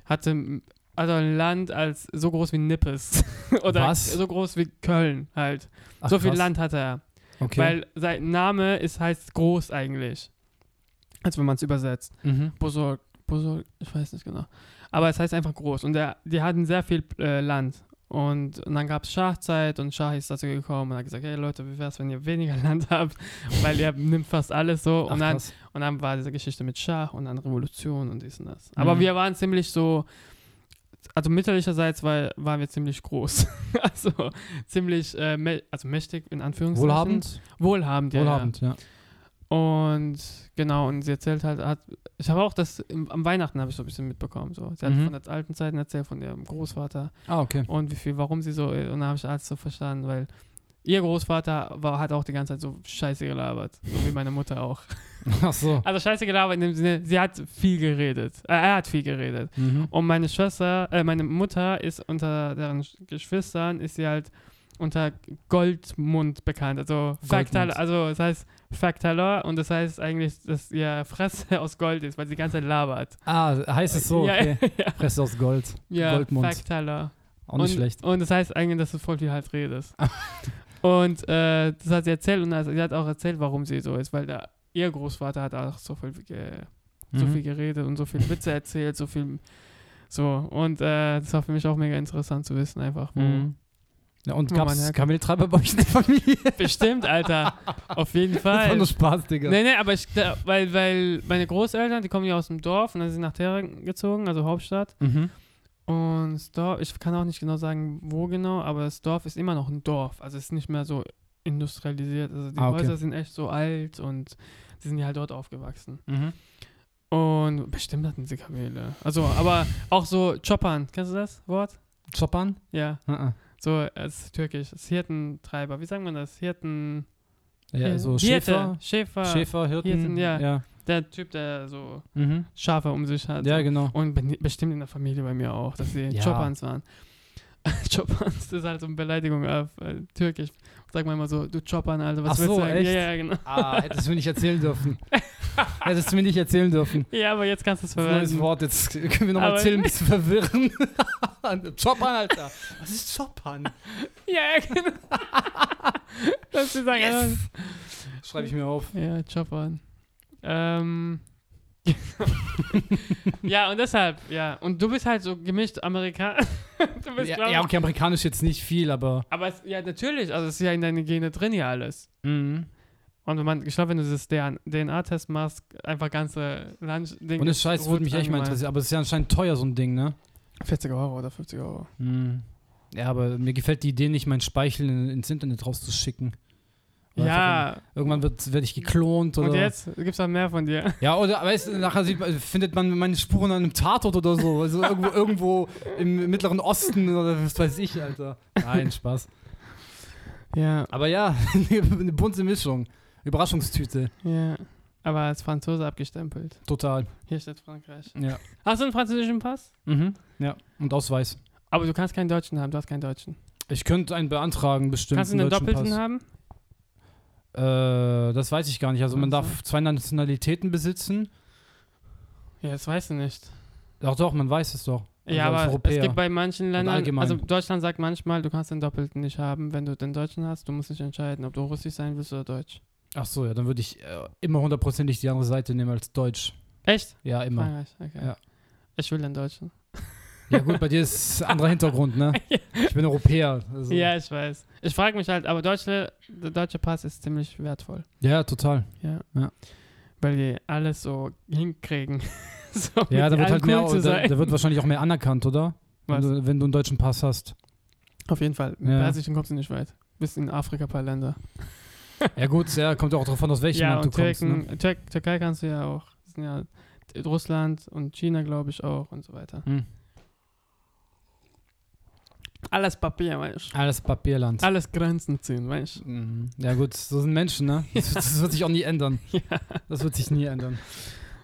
hatte also ein Land als so groß wie Nippes oder Was? so groß wie Köln halt. Ach, so viel krass. Land hatte er. Okay. Weil sein Name ist, heißt groß eigentlich. Als wenn man es übersetzt. mhm. Busol, Busol, ich weiß nicht genau. Aber es heißt einfach groß. Und der, die hatten sehr viel äh, Land. Und, und dann gab es Schachzeit und Schach ist dazu gekommen und hat gesagt, hey Leute, wie wär's, wenn ihr weniger Land habt? Weil ihr nimmt fast alles so. Ach, und, dann, krass. und dann war diese Geschichte mit Schach und dann Revolution und dies und das. Aber Mhm. wir waren ziemlich so, also mütterlicherseits war, waren wir ziemlich groß. also ziemlich, äh, mä also mächtig in Anführungszeichen. Wohlhabend? Wohlhabend, ja. Wohlhabend, ja. Ja. Und genau, und sie erzählt halt, hat, ich habe auch das, im, am Weihnachten habe ich so ein bisschen mitbekommen. So. Sie hat Mhm. von den alten Zeiten erzählt, von ihrem Großvater Ah, okay. und wie viel, warum sie so, und dann habe ich alles so verstanden, weil ihr Großvater war, hat auch die ganze Zeit so Scheiße gelabert, so wie meine Mutter auch. Ach so. Also Scheiße gelabert in dem Sinne, sie hat viel geredet, äh, er hat viel geredet. Mhm. Und meine Schwester, äh, meine Mutter ist unter deren Geschwistern, ist sie halt unter Goldmund bekannt. Also Fraktal, Goldmund. also das heißt Fraktalor und das heißt eigentlich, dass ihr Fresse aus Gold ist, weil sie die ganze Zeit labert. Ah, heißt es so, Ja, okay. ja, Fresse aus Gold. ja Goldmund. Fraktalor. Auch nicht und, schlecht. Ah. Und das heißt eigentlich, dass du voll viel halt redest. und äh, das hat sie erzählt und also, sie hat auch erzählt, warum sie so ist, weil der, ihr Großvater hat auch so viel, ge, so Mhm. viel geredet und so viel Witze erzählt, so viel. So, und äh, das war für mich auch mega interessant zu wissen, einfach. Wo Mhm. Ja, und Oh, gab mein es Herr. Kameltreiber bei euch in der Familie? Bestimmt, Alter. Auf jeden Das war Fall. nur Spaß, Digga. Nee, nee, aber ich, glaub, weil, weil meine Großeltern, die kommen ja aus dem Dorf und dann sind sie nach Terra gezogen, also Hauptstadt. Mhm. Und das Dorf, ich kann auch nicht genau sagen, wo genau, aber das Dorf ist immer noch ein Dorf. Also es ist nicht mehr so industrialisiert. Also die Ah, okay. Häuser sind echt so alt und sie sind ja halt dort aufgewachsen. Mhm. Und bestimmt hatten sie Kamele. Also, aber auch so Choppern, kennst du das Wort? Choppern? Ja, Ah, ah. so es ist türkisch. Es ist Hirtentreiber. Wie sagt man das? Hirten. Ja, so Hirte, Schäfer. Schäfer. Schäfer, Hirten. Hirten, ja. Ja, Der Typ, der so mhm. Schafe um sich hat. ja genau. Und ben- bestimmt in der Familie bei mir auch, dass sie Ja. Chopans waren. Chopans das ist halt so eine Beleidigung auf äh, Türkisch. Sag mal immer so, du Chopan, Alter, was Ach willst so, du sagen? echt? Ja, ja, genau. Ah, hättest du mir nicht erzählen dürfen. hättest du mir nicht erzählen dürfen. Ja, aber jetzt kannst du es Das ist ein neues verwenden. Wort, jetzt können wir nochmal Aber- erzählen, ein bisschen verwirren. Choppern, Alter. Was ist Choppern? Ja, ja, genau. Dass sie sagen, Yes. Schreibe ich mir auf. äh, ja, Chopan. Ähm. ja, und deshalb, ja. Und du bist halt so gemischt Amerikaner. du bist, Ja, glaub ja, ich- okay, amerikanisch jetzt nicht viel, aber. Aber es, ja, natürlich, also es ist ja in deinen Gene drin, ja alles. Mhm. Und wenn man, ich glaube, wenn du das DNA-Test machst, einfach ganze Lunch Ding. Und das Scheiß würde mich echt mal interessieren, aber es ist ja anscheinend teuer, so ein Ding, ne? 40 Euro oder 50 Euro. Hm. Ja, aber mir gefällt die Idee nicht, meinen Speichel in, ins Internet rauszuschicken. Oder einfach ja, in- Irgendwann wird- werde ich geklont oder. und jetzt gibt's dann mehr von dir. Ja, oder weißt du, nachher sieht man, findet man meine Spuren an einem Tatort oder so. Also irgendwo, irgendwo im Mittleren Osten oder was weiß ich, Alter. Nein, Spaß. Ja, Aber ja, eine bunte Mischung. Überraschungstüte. ja. Aber als Franzose abgestempelt. Total. Hier steht Frankreich. Ja. Hast du einen französischen Pass? Mhm. Ja. Und Ausweis. Aber du kannst keinen Deutschen haben, du hast keinen Deutschen. Ich könnte einen beantragen, bestimmt. kannst du einen deutschen Doppelten Pass. haben? Äh, das weiß ich gar nicht. Also man Ach so. darf zwei Nationalitäten besitzen. Ja, das weißt du nicht. Doch, doch, man weiß es doch. Also Ja, als aber es Europäer. gibt bei manchen Ländern, allgemein. also Deutschland sagt manchmal, du kannst den Doppelten nicht haben, wenn du den Deutschen hast. Du musst nicht entscheiden, ob du russisch sein willst oder deutsch. Ach so, ja, dann würde ich äh, immer hundertprozentig die andere Seite nehmen als Deutsch. Echt? Ja, immer. Frankreich, okay. Ja. Ich will den Deutschen. Ja gut, bei dir ist ein anderer Hintergrund, ne? Ich bin Europäer. Also. Ja, ich weiß. Ich frage mich halt, aber deutsche, der deutsche Pass ist ziemlich wertvoll. ja, total. Ja. Ja. Weil die alles so hinkriegen. so Ja, da wird mit allen halt mehr, cool zu da, sein. da wird wahrscheinlich auch mehr anerkannt, oder? Wenn Was? du, wenn du einen deutschen Pass hast. Auf jeden Fall. Mit Ja. Persischen kommst du nicht weit. Bis in Afrika ein paar Länder. Ja gut, ja, kommt ja auch drauf an, aus welchem ja, Land du und kommst. Türken, Ne? Tür Türkei kannst du ja auch. Das sind ja Russland und China, glaube ich, auch und so weiter. Hm. Alles Papier, weißt du. Alles Papierland. Alles Grenzen ziehen, weißt du. Mhm. Ja gut, so sind Menschen, ne? Das, das wird sich auch nie ändern. Ja. Das wird sich nie ändern.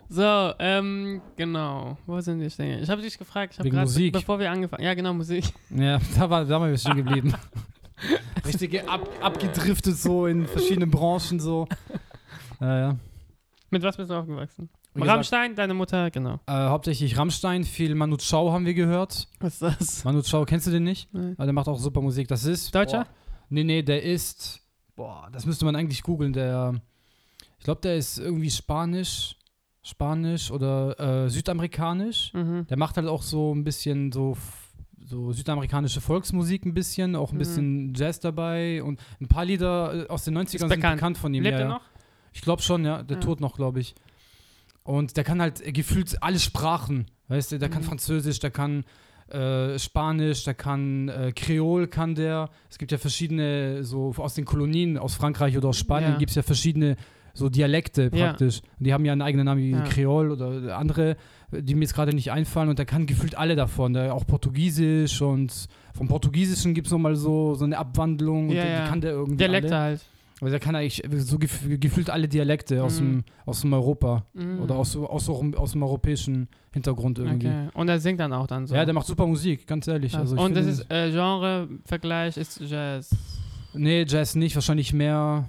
So, ähm, genau. Wo sind die Dinge? Ich habe dich gefragt, ich habe Wegen gerade, Musik. bevor wir angefangen Ja, genau, Musik. Ja, da, war, da waren wir stehen geblieben. Richtig ab, abgedriftet so in verschiedene Branchen so. Ja, ja. Mit was bist du aufgewachsen? Wie gesagt, Rammstein, deine Mutter, genau. äh, hauptsächlich Rammstein, viel Manu Chao haben wir gehört. Was ist das? Manu Chao, kennst du den nicht? Nein. Ah, der macht auch super Musik. Das ist. Deutscher? Boah, nee, nee, der ist. Boah, das müsste man eigentlich googeln. Der. Ich glaube, der ist irgendwie Spanisch. Spanisch oder äh, südamerikanisch. Mhm. Der macht halt auch so ein bisschen so, f- so südamerikanische Volksmusik ein bisschen, auch ein Mhm. bisschen Jazz dabei und ein paar Lieder äh, aus den 90ern sind bekannt. bekannt von ihm. Lebt ja, er ja. noch? Ich glaube schon, ja. Der Ja. tut noch, glaube ich. Und der kann halt äh, gefühlt alle Sprachen. Weißt du, der kann Mhm. Französisch, der kann äh, Spanisch, der kann äh, Kreol, kann der. Es gibt ja verschiedene, so aus den Kolonien, aus Frankreich oder aus Spanien, Ja. gibt es ja verschiedene so Dialekte Ja. praktisch. Und die haben ja einen eigenen Namen wie Ja. Kreol oder äh, andere, die mir jetzt gerade nicht einfallen. Und der kann gefühlt alle davon. Der, auch Portugiesisch und vom Portugiesischen gibt es nochmal so, so eine Abwandlung. Ja, und die, ja. die kann der irgendwie. Dialekte alle. halt. Also er kann eigentlich so gef gefühlt alle Dialekte aus, Mhm. dem, aus dem Europa Mhm. oder aus, aus, auch aus dem europäischen Hintergrund irgendwie. Okay. Und er singt dann auch dann so. Ja, der macht super Musik, ganz ehrlich. Ja. Also ich Also Und das finde- ist äh, Genre-Vergleich ist Jazz. Nee, Jazz nicht, wahrscheinlich mehr.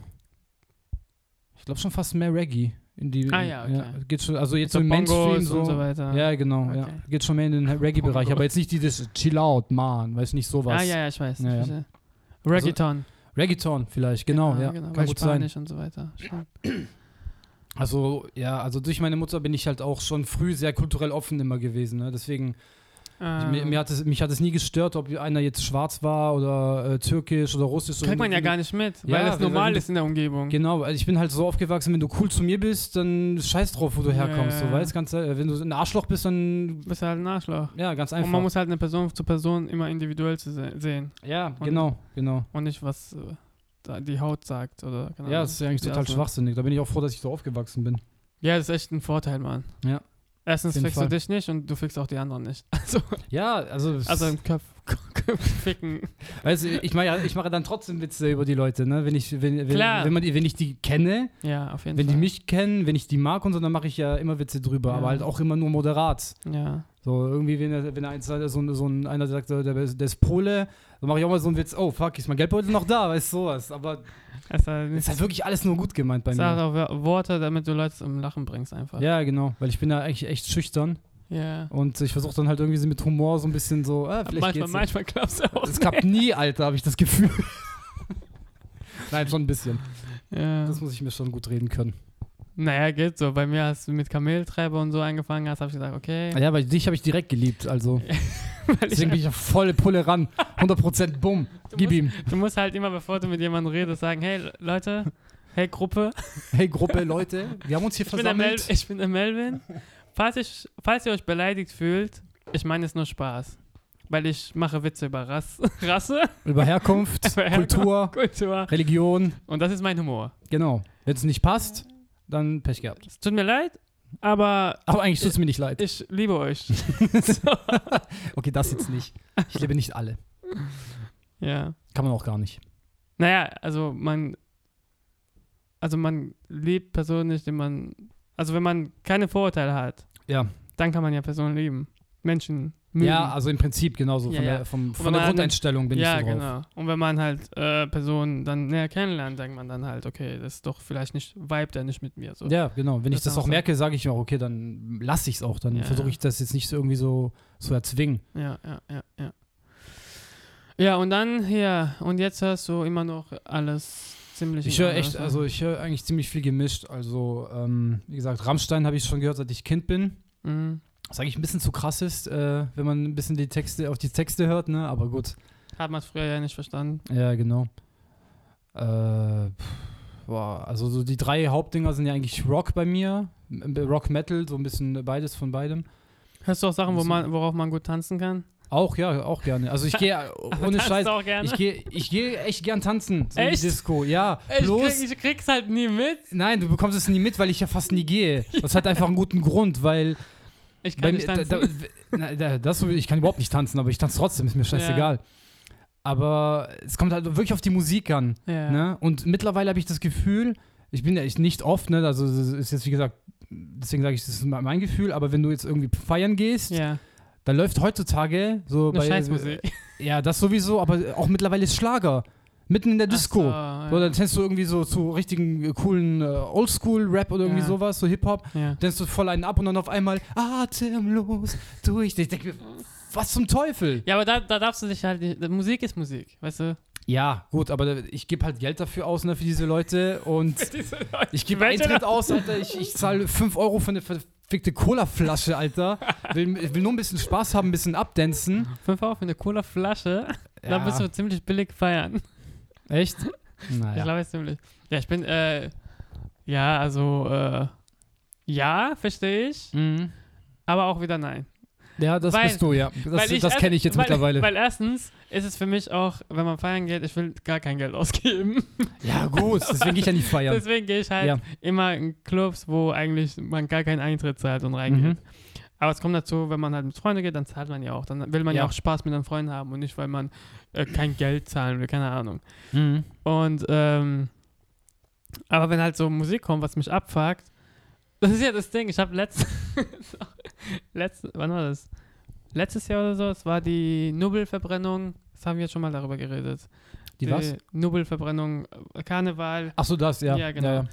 Ich glaube schon fast mehr Reggae. In die, Ah, ja, okay. geht schon, also jetzt so so im Mainstream Bongos so. und so weiter. Ja, genau. Ja. Okay. Geht schon mehr in den Reggae-Bereich, Bongos. aber jetzt nicht dieses Chill out, man, weiß nicht sowas. Ah, ja, ja, ich weiß. Ja, ja. Ich weiß. Reggaeton. Reggaeton vielleicht, genau, Ah, ja. Kann Weil gut sein. Spanisch und so weiter. Stimmt. Also, ja, also durch meine Mutter bin ich halt auch schon früh sehr kulturell offen immer gewesen. Ne? Deswegen, Ah. mir, mir hat es, mich hat es nie gestört, ob einer jetzt schwarz war oder äh, türkisch oder russisch. Kriegt man ja gar nicht mit, weil Ja, das wir- normal wir- ist in der Umgebung. Genau, also ich bin halt so aufgewachsen, wenn du cool zu mir bist, dann scheiß drauf, wo du Ja, herkommst. ja, Du ja. weißt ganz, äh, wenn du ein Arschloch bist, dann Du bist halt ein Arschloch. ja, ganz einfach. Und man muss halt eine Person zu Person immer individuell zu se sehen ja, genau, genau. und nicht, was äh, da die Haut sagt. Oder, keine Ja, Ahnung. das ist ja eigentlich Genau. Ja, total so. schwachsinnig. Da bin ich auch froh, dass ich so aufgewachsen bin. ja, das ist echt ein Vorteil, Mann. Ja. Erstens Auf jeden fickst Fall. du dich nicht und du fickst auch die anderen nicht. Also, Ja, also, es- also im Kopf, Kopf ficken. weißt du, ich mache ja, ich mache dann trotzdem Witze über die Leute, ne? Wenn ich, wenn, wenn, Klar. wenn, man, die- wenn ich die kenne, Ja, auf jeden wenn die Fall. mich kennen, wenn ich die mag und so, dann mache ich ja immer Witze drüber, Ja. aber halt auch immer nur moderat. Ja. So, irgendwie, wenn, er- wenn er so, so, so ein- einer sagt, so, der, der ist Pole, dann mache ich auch mal so einen Witz, oh fuck, ist mein Geldbeutel noch da, weißt du sowas. Aber Es ist halt es nicht- ist halt wirklich alles nur gut gemeint bei es mir. sind halt auch Wör- Worte, damit du Leute zum Lachen bringst einfach. Ja, genau, weil ich bin da eigentlich echt schüchtern Ja. und ich versuche dann halt irgendwie so mit Humor so ein bisschen so, ah, vielleicht Manchmal, geht's. manchmal klappt's auch. Das klappt nie, Alter, habe ich das Gefühl. Nein, schon ein bisschen. Ja. Das muss ich mir schon gut reden können. Naja, geht so. Bei mir hast du mit Kameltreiber und so angefangen hast, habe ich gesagt, okay. Ah Ja, weil dich habe ich direkt geliebt, also. Weil ich, Deswegen bin ich ja volle Pulle ran. 100% Bumm. Gib ihm. du musst halt immer, bevor du mit jemandem redest, sagen, hey Le- Leute, hey Gruppe, Hey Gruppe, Leute, wir haben uns hier ich bin, der Mel versammelt. ich bin der Melvin. Falls, ich, falls ihr euch beleidigt fühlt, ich meine es nur Spaß. Weil ich mache Witze über Rass, Rasse, Über Herkunft, Über Herkunft. Kultur, Kultur. Religion. Und das ist mein Humor. Genau. Wenn es nicht passt, dann Pech gehabt. Es tut mir leid, aber Aber eigentlich tut es mir nicht leid. ich liebe euch. Okay, das jetzt nicht. Ich liebe nicht alle. ja. Kann man auch gar nicht. Naja, also man. Also man liebt Personen nicht, die man. Also wenn man keine Vorurteile hat, Ja. dann kann man ja Personen lieben. Menschen mögen. Ja, also im Prinzip genauso. Ja, Von ja. der, vom, man von der hat- Grundeinstellung bin ja, ich so drauf. genau. Und wenn man halt äh, Personen dann näher kennenlernt, denkt man dann halt, okay, das ist doch vielleicht nicht, vibe der nicht mit mir. So. Ja, genau. Wenn Das ich das kann auch man merke, sage ich mir auch, okay, dann lasse ich es auch. Dann Ja, versuche ja. ich das jetzt nicht so irgendwie so zu erzwingen. ja, ja, ja. Ja, ja und dann hier, und jetzt hörst du immer noch alles ziemlich. Ich höre echt, also ich höre eigentlich ziemlich viel gemischt. Also, ähm, wie gesagt, Rammstein habe ich schon gehört, seit ich Kind bin. Mhm. Was eigentlich ein bisschen zu krass ist, äh, wenn man ein bisschen die Texte, auf die Texte hört, ne? Aber gut. Hat man es früher ja nicht verstanden. Ja, genau. Äh, pff, boah, also so die drei Hauptdinger sind ja eigentlich Rock bei mir. M- Rock, Metal, so ein bisschen beides von beidem. Hörst du auch Sachen, wo Muss- man, worauf man gut tanzen kann? Auch, ja, auch gerne. Also ich gehe ohne Tanzt Scheiß. auch gerne. Ich gehe ich geh echt gern tanzen. So echt? Echt? Disco, ja. Ey, Bloß, Ich, krieg, ich krieg's halt nie mit. nein, du bekommst es nie mit, weil ich ja fast nie gehe. Das hat einfach einen guten Grund, weil Ich bei kann mir, nicht da, tanzen. da, w- na, da, das, so- ich kann überhaupt nicht tanzen, aber ich tanze trotzdem, ist mir scheißegal. Aber es kommt halt wirklich auf die Musik an. ja. Ne? Und mittlerweile habe ich das Gefühl, ich bin ja echt nicht oft, ne? also es ist jetzt wie gesagt, deswegen sage ich, das ist mein Gefühl, aber wenn du jetzt irgendwie feiern gehst, ja. dann läuft heutzutage so Eine bei Scheißmusik. äh, Ja, das sowieso, aber auch mittlerweile ist Schlager. Mitten in der Disco. Ach So, So, dann tänzt du irgendwie so zu richtigen äh, coolen äh, Oldschool-Rap oder irgendwie Ja. sowas, so Hip-Hop. ja. ja. Tänzt du voll einen ab und dann auf einmal atemlos durch. Ich denke mir, was zum Teufel? ja, aber da, da darfst du dich halt nicht. Musik ist Musik, weißt du? Ja, gut, aber da- ich gebe halt Geld dafür aus, ne, für diese Leute und ich gebe Welche Eintritt aus, Alter. Ich, ich zahle 5 Euro für eine verfickte Cola-Flasche, Alter. Will, will nur ein bisschen Spaß haben, ein bisschen abdancen. 5 Euro für eine Cola-Flasche, da Ja. bist du ziemlich billig feiern. Echt? Ich Naja. glaube, es ziemlich. Ja, ich bin, äh, ja, also, äh, ja, verstehe ich, Mhm. aber auch wieder nein. Ja, das Weil- bist du, ja. Das, Weil ich das erst- kenne ich jetzt weil, mittlerweile. Weil erstens ist es für mich auch, wenn man feiern geht, ich will gar kein Geld ausgeben. ja, gut, deswegen gehe ich ja nicht feiern. Deswegen gehe ich halt Ja. immer in Clubs, wo eigentlich man gar keinen Eintritt zahlt und reingeht. Mhm. Aber es kommt dazu, wenn man halt mit Freunden geht, dann zahlt man ja auch. Dann will man ja, Ja. auch Spaß mit den Freunden haben und nicht, weil man äh, kein Geld zahlen will, keine Ahnung. Mhm. Und ähm, Aber wenn halt so Musik kommt, was mich abfuckt, das ist ja das Ding. Ich habe letztes, letzte, wann war das? Letztes Jahr oder so, es war die Nubbelverbrennung. Das haben wir jetzt schon mal darüber geredet. Die was? Nubbelverbrennung, äh, Karneval. Ach so, das, ja. Äh, Ja, genau. Ja, ja.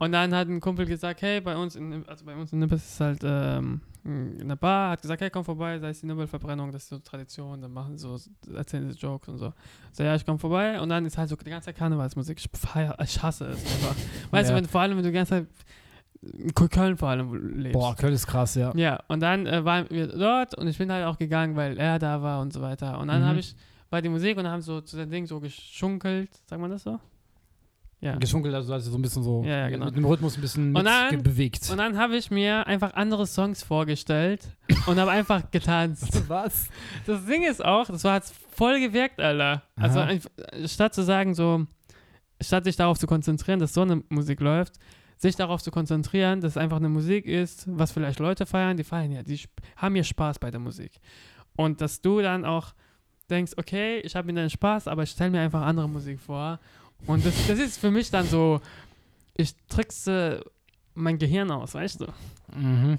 Und dann hat ein Kumpel gesagt, hey, bei uns in, also bei uns in Nippes ist halt ähm, eine Bar, hat gesagt, hey, komm vorbei, da ist die Nippelverbrennung, das ist so Tradition, dann machen so, erzählen sie Jokes und so. So, ja, ich komm vorbei und dann ist halt so die ganze Zeit Karnevalsmusik, ich, feier, ich hasse es einfach. Weißt Ja. du, wenn, vor allem, wenn du die ganze Zeit in Köln vor allem lebst. Boah, Köln ist krass, ja. Ja, und dann äh, waren wir dort und ich bin halt auch gegangen, weil er da war und so weiter. Und dann Mhm. habe ich, war die Musik und dann haben so zu dem Ding so geschunkelt, sagt man das so? Ja. Geschunkelt, also also so ein bisschen so Ja, ja, genau. mit dem Rhythmus ein bisschen Und dann- mit bewegt. Und dann habe ich mir einfach andere Songs vorgestellt und habe einfach getanzt. Was? Das Ding ist auch, das war hat's voll gewirkt, Alter. Also Aha. einf- statt zu sagen so, statt sich darauf zu konzentrieren, dass so eine Musik läuft, sich darauf zu konzentrieren, dass es einfach eine Musik ist, was vielleicht Leute feiern, die feiern ja, die sp- haben ja Spaß bei der Musik. Und dass du dann auch denkst, okay, ich habe mir dann Spaß, aber ich stelle mir einfach andere Musik vor. Und das, das ist für mich dann so, ich trickse mein Gehirn aus, weißt du? Mhm.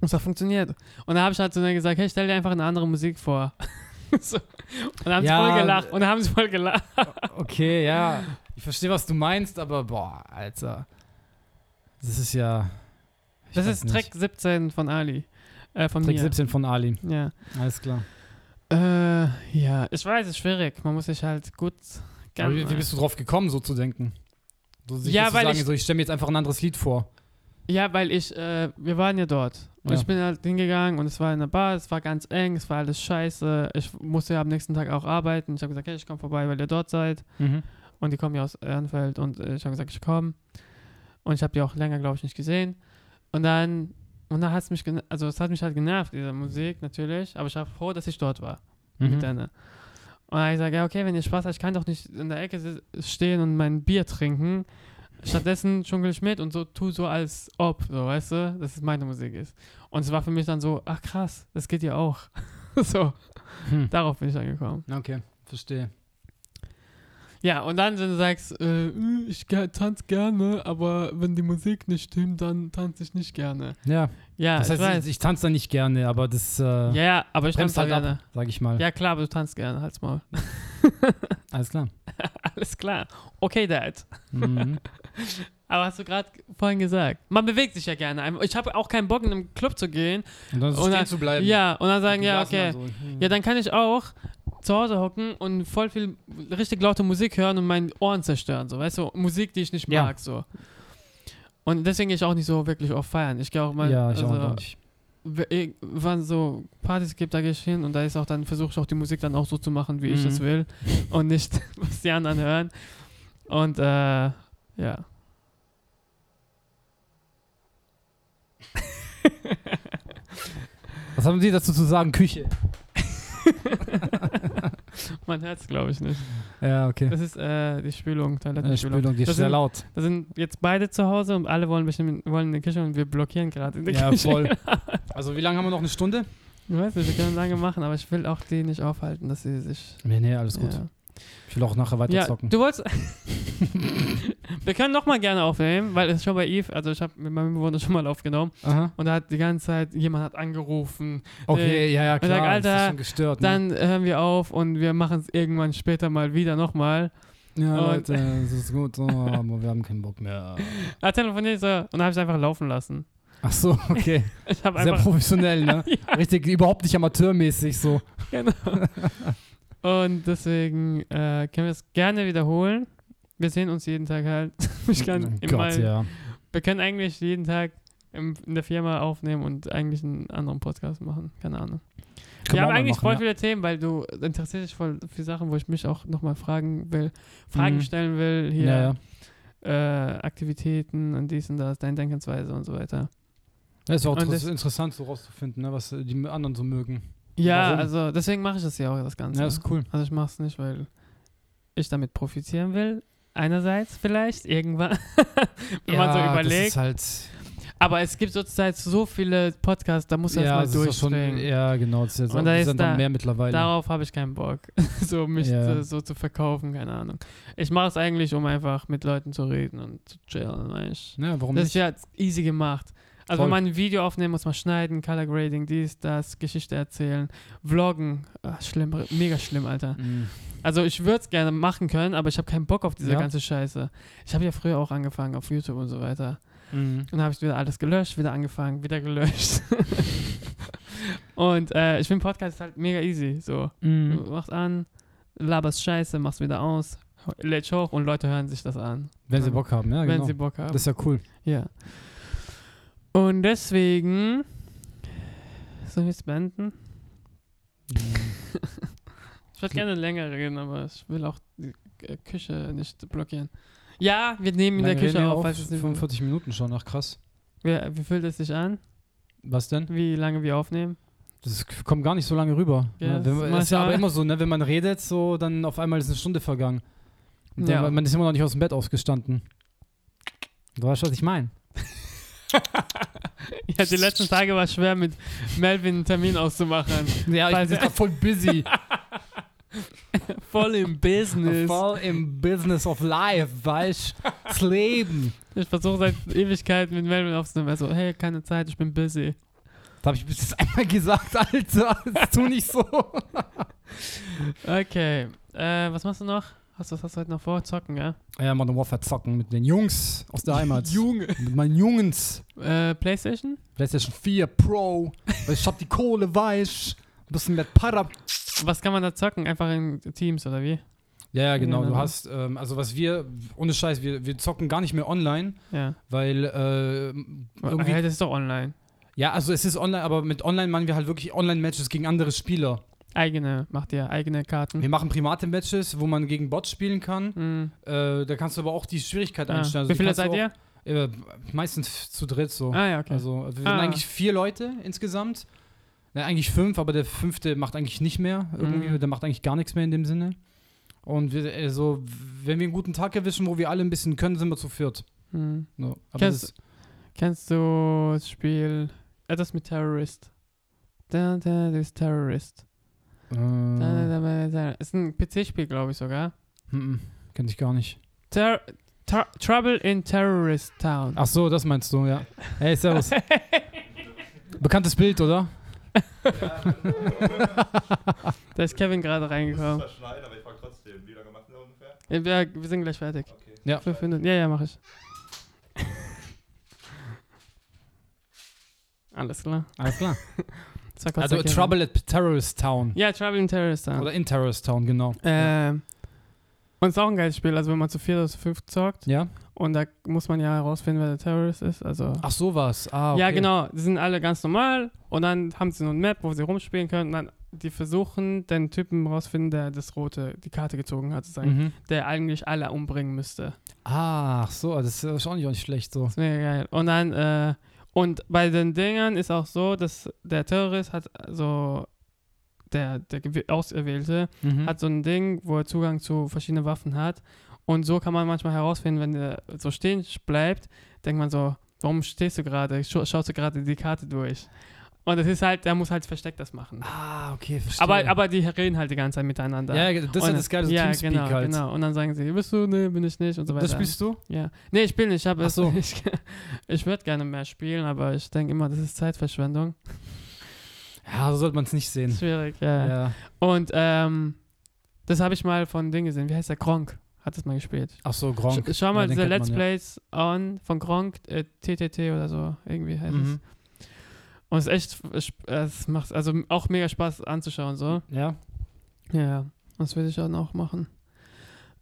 Und es hat funktioniert. Und dann habe ich halt zu denen gesagt, hey, stell dir einfach eine andere Musik vor. so. Und dann haben Ja, sie voll gelacht. Und dann haben sie voll gelacht. Okay, ja. Ich verstehe, was du meinst, aber boah, Alter. Das ist ja. ich Das weiß ist nicht. Track 17 von Ali. Äh, von Trick mir. 17 von Ali. Ja. Alles klar. Äh, ja, ich weiß, es ist schwierig. Man muss sich halt gut... Aber wie, wie bist du drauf gekommen, so zu denken? So, sich Ja, ja, zu weil sagen, ich- so, ich stelle mir jetzt einfach ein anderes Lied vor. Ja, weil ich, äh, wir waren ja dort. Und Ja. ich bin halt hingegangen und es war in der Bar, es war ganz eng, es war alles scheiße. Ich musste ja am nächsten Tag auch arbeiten. Ich habe gesagt, hey, ich komme vorbei, weil ihr dort seid. Mhm. Und die kommen ja aus Ehrenfeld und äh, ich habe gesagt, ich komme. Und ich habe die auch länger, glaube ich, nicht gesehen. Und dann, und dann hat es mich, gen- also es hat mich halt genervt, diese Musik natürlich. Aber ich war froh, dass ich dort war mit Mhm. denen. Und dann hab ich gesagt, ja, okay, wenn ihr Spaß habt, ich kann doch nicht in der Ecke si- stehen und mein Bier trinken. Stattdessen jungle ich mit und so tu so als ob, so weißt du, dass es meine Musik ist. Und es war für mich dann so, ach krass, das geht ja auch. so, Hm. darauf bin ich dann gekommen. Okay, verstehe. Ja, und dann, wenn du sagst, äh, ich ge- tanz gerne, aber wenn die Musik nicht stimmt, dann tanze ich nicht gerne. Ja, Ja, das ich heißt, weiß. ich, ich tanze da nicht gerne, aber das äh, ja, ja, aber ich bremst tanze halt halt ab, gerne. sag ich mal. Ja, klar, aber du tanzt gerne, halt's mal. Alles klar. Alles klar. Okay, Dad. Mhm. Aber hast du gerade vorhin gesagt. Man bewegt sich ja gerne. Ich habe auch keinen Bock, in einem Club zu gehen. Und dann so Und stehen dann- zu bleiben. Ja, und dann sagen, Die ja, Blasen dann okay. so. Hm. Ja, dann kann ich auch zu Hause hocken und voll viel richtig laute Musik hören und meine Ohren zerstören. So, weißt du, Musik, die ich nicht Ja. mag. So. Und deswegen gehe ich auch nicht so wirklich auf Feiern. Ich gehe auch mal. ja, ich auch also, noch nicht. we- eh, Wann so Partys gibt, da gehe ich hin und da ist auch dann, versuche ich auch die Musik dann auch so zu machen, wie ich Mhm. das will und nicht, was die anderen hören. Und äh, ja. Was haben Sie dazu zu sagen? Küche. Man hört es, glaube ich, nicht. Ja, okay. Das ist äh, die Spülung, Eine Toilettenspülung. Spülung, die ist Das sehr sind- laut. Da sind jetzt beide zu Hause und alle wollen, bestimmt, wollen in die Küche und wir blockieren gerade in der Ja, Küche. voll. Also, wie lange haben wir noch? Eine Stunde? Ich weiß nicht, wir können lange machen, aber ich will auch die nicht aufhalten, dass sie sich... Nee, nee, alles gut. Ja, Ich will auch nachher weiter ja zocken. du wolltest... wir können nochmal gerne aufnehmen, weil es ist schon bei Eve, also ich habe mit meinem Bewohner schon mal aufgenommen Aha. und da hat die ganze Zeit, jemand hat angerufen, Okay, ja, ja, Äh, sag, klar. das Alter, ist schon gestört. ne? dann hören wir auf und wir machen es irgendwann später mal wieder nochmal. Ja, Und- Leute, es ist gut, oh, aber wir haben keinen Bock mehr. Er telefoniert so und dann habe ich einfach laufen lassen. Ach so, okay. Ich habe Sehr einfach... professionell, ne? Richtig, überhaupt nicht amateurmäßig so. Genau. Und deswegen äh, können wir es gerne wiederholen. Wir sehen uns jeden Tag halt. Ich kann Oh in Gott, meinem- ja. Wir können eigentlich jeden Tag im, in der Firma aufnehmen und eigentlich einen anderen Podcast machen. Keine Ahnung. wir Können haben auch mal eigentlich machen, voll ja. viele Themen, weil du interessierst dich voll für Sachen, wo ich mich auch nochmal fragen will, Fragen Mhm. stellen will, hier Ja, ja. Äh, Aktivitäten und dies und das, deine Denkensweise und so weiter. Ja, ist auch Und inter- das- interessant, so rauszufinden, ne, was äh, die anderen so mögen. Ja, Warum? also deswegen mache ich das ja auch, das Ganze. Ja, ist cool. Also ich mache es nicht, weil ich damit profitieren will. Einerseits vielleicht irgendwann, wenn ja, man so Das überlegt. ist halt, Aber es gibt zurzeit so viele Podcasts, da muss er ja, erstmal das ist doch schon, durchstehen. ja, genau. Das ist jetzt Und auch, da das ist sind da- noch mehr mittlerweile. Darauf habe ich keinen Bock, so mich Ja. so, so zu verkaufen, keine Ahnung. Ich mache es eigentlich, um einfach mit Leuten zu reden und zu chillen. Weißt? du. ja, Ne, warum Das Um nicht? ist ja easy gemacht. Also wenn Voll. man ein Video aufnehmen muss, man schneiden, Color Grading, dies, das, Geschichte erzählen, Vloggen, Ach, schlimm, mega schlimm, Alter. Mhm. Also ich würde es gerne machen können, aber ich habe keinen Bock auf diese Ja. ganze Scheiße. Ich habe ja früher auch angefangen auf YouTube und so weiter. Mhm. Und dann habe ich wieder alles gelöscht, wieder angefangen, wieder gelöscht. und äh, ich finde Podcast halt mega easy. So, Mhm. du machst an, laberst Scheiße, machst wieder aus, lädst hoch und Leute hören sich das an, Wenn sie Bock haben, ja, wenn genau. sie Bock haben. das ist ja cool. ja. Und deswegen sollen wir es beenden? Ich würde gerne länger reden, aber ich will auch die äh, Küche nicht blockieren. Ja, wir nehmen in der Lange reden Küche wir auf. auf falls es nicht- 45 Minuten schon, ach krass. Wie, wie fühlt es sich an, Was denn? wie lange wir aufnehmen? Das kommt gar nicht so lange rüber. Ja, Ja, das wenn, ist man- das ist ja manchmal- aber immer so, ne? wenn man redet, so, dann auf einmal ist eine Stunde vergangen. Und Ja. dann- Man ist immer noch nicht aus dem Bett ausgestanden. Du weißt, was ich meine. Ja, die letzten Tage war schwer, mit Melvin einen Termin auszumachen. Ja, ich bin jetzt voll busy. Voll im Business. voll im Business of Life, weißt Das Leben. Ich versuche seit Ewigkeiten mit Melvin aufzunehmen. Er so, hey, keine Zeit, ich bin busy. Das habe ich bis jetzt einmal gesagt, Alter. Das tu nicht so. Okay. Äh, was machst du noch? Hast, was hast du heute noch vor? Zocken, ja? Ja, Modern Warfare zocken mit den Jungs aus der Heimat. Junge. mit meinen Jungs. Äh, Playstation? PlayStation 4 Pro. Weil ich hab die Kohle, weißt Ein bisschen mehr Para. Was kann man da zocken? Einfach in Teams oder wie? Ja, ja, genau. Du Ja. hast, ähm, also was wir, ohne Scheiß, wir, wir zocken gar nicht mehr online, Ja. weil äh, irgendwie. Hey, das ist doch online. Ja, also es ist online, aber mit online machen wir halt wirklich Online-Matches gegen andere Spieler. Eigene, macht ihr eigene Karten. Wir machen private Matches, wo man gegen Bots spielen kann. Hm. Äh, da kannst du aber auch die Schwierigkeit Ah. einstellen. Also Wie die viele kannst du seid ihr? auch- Äh, meistens zu dritt so. Ah ja, okay. Also wir sind Ah. eigentlich vier Leute insgesamt. Na, eigentlich fünf, aber der fünfte macht eigentlich nicht mehr. Irgendwie, Mhm. Der macht eigentlich gar nichts mehr in dem Sinne. Und wir, also, wenn wir einen guten Tag erwischen, wo wir alle ein bisschen können, sind wir zu viert. Hm. No. Aber Kennst- das ist, Kennst du das Spiel etwas mit Terrorist? Da, da, das ist Terrorist. äh, Da, da, da, da, da. Ist ein PC-Spiel, glaube ich sogar. mhm. kenn ich gar nicht. Ter Ter Trouble in Terrorist Town. Ach so, das meinst du, ja. Hey, servus. Bekanntes Bild, oder? Da ist Kevin gerade muss reingekommen. zwar schneiden, aber ich frage trotzdem, wie lange macht ihr ungefähr? Ja, wir, wir sind gleich fertig. Okay. Ja. Fünf Minuten. Ja, ja, mach ich. Alles klar. Alles klar. Das war kurz Also der Kevin. Trouble at Terrorist Town. Ja, Trouble in Terrorist Town. Oder in Terrorist Town, genau. ähm, und ist auch ein geiles Spiel, also wenn man zu vier oder zu fünf zockt Ja? und da muss man ja herausfinden, wer der Terrorist ist. Also Ach, sowas. Ah, okay. Ja, genau. Die sind alle ganz normal und dann haben sie so eine Map, wo sie rumspielen können und dann die versuchen, den Typen rausfinden, der das rote, die Karte gezogen hat, sozusagen, Mhm. der eigentlich alle umbringen müsste. Ach so, das ist auch nicht, auch nicht schlecht so. Das ist mega geil. Und dann, äh, und bei den Dingern ist auch so, dass der Terrorist hat so, der, der Gew- Auserwählte, Mhm. hat so ein Ding, wo er Zugang zu verschiedenen Waffen hat. Und so kann man manchmal herausfinden, wenn der so stehen bleibt, denkt man so, warum stehst du gerade? Scha- Schaust du gerade die Karte durch? Und das ist halt, der muss halt versteckt das machen. Ah, okay, verstehe. Aber, aber die reden halt die ganze Zeit miteinander. ja, ja, das ist ja Und- das geile so ja, Teamspeak genau, halt. genau. Und dann sagen sie, bist du? Nee, bin ich nicht und so weiter. Das spielst du? ja. Nee, ich spiele nicht. Ich, hab Ach es- so. ich, ich würde gerne mehr spielen, aber ich denke immer, das ist Zeitverschwendung. Ja, so sollte man es nicht sehen. Schwierig, Ja. ja. Und ähm, das habe ich mal von Ding gesehen. Wie heißt der? Gronk hat das mal gespielt. Ach so, Sch Gronk. schau Ja, mal den diese kennt man, Let's ja. Plays on von Gronk, äh, TTT oder so, irgendwie heißt es. Mhm. Und es ist echt, sp- es macht also auch mega Spaß anzuschauen, so. Ja. Ja, ja. das würde ich dann auch machen.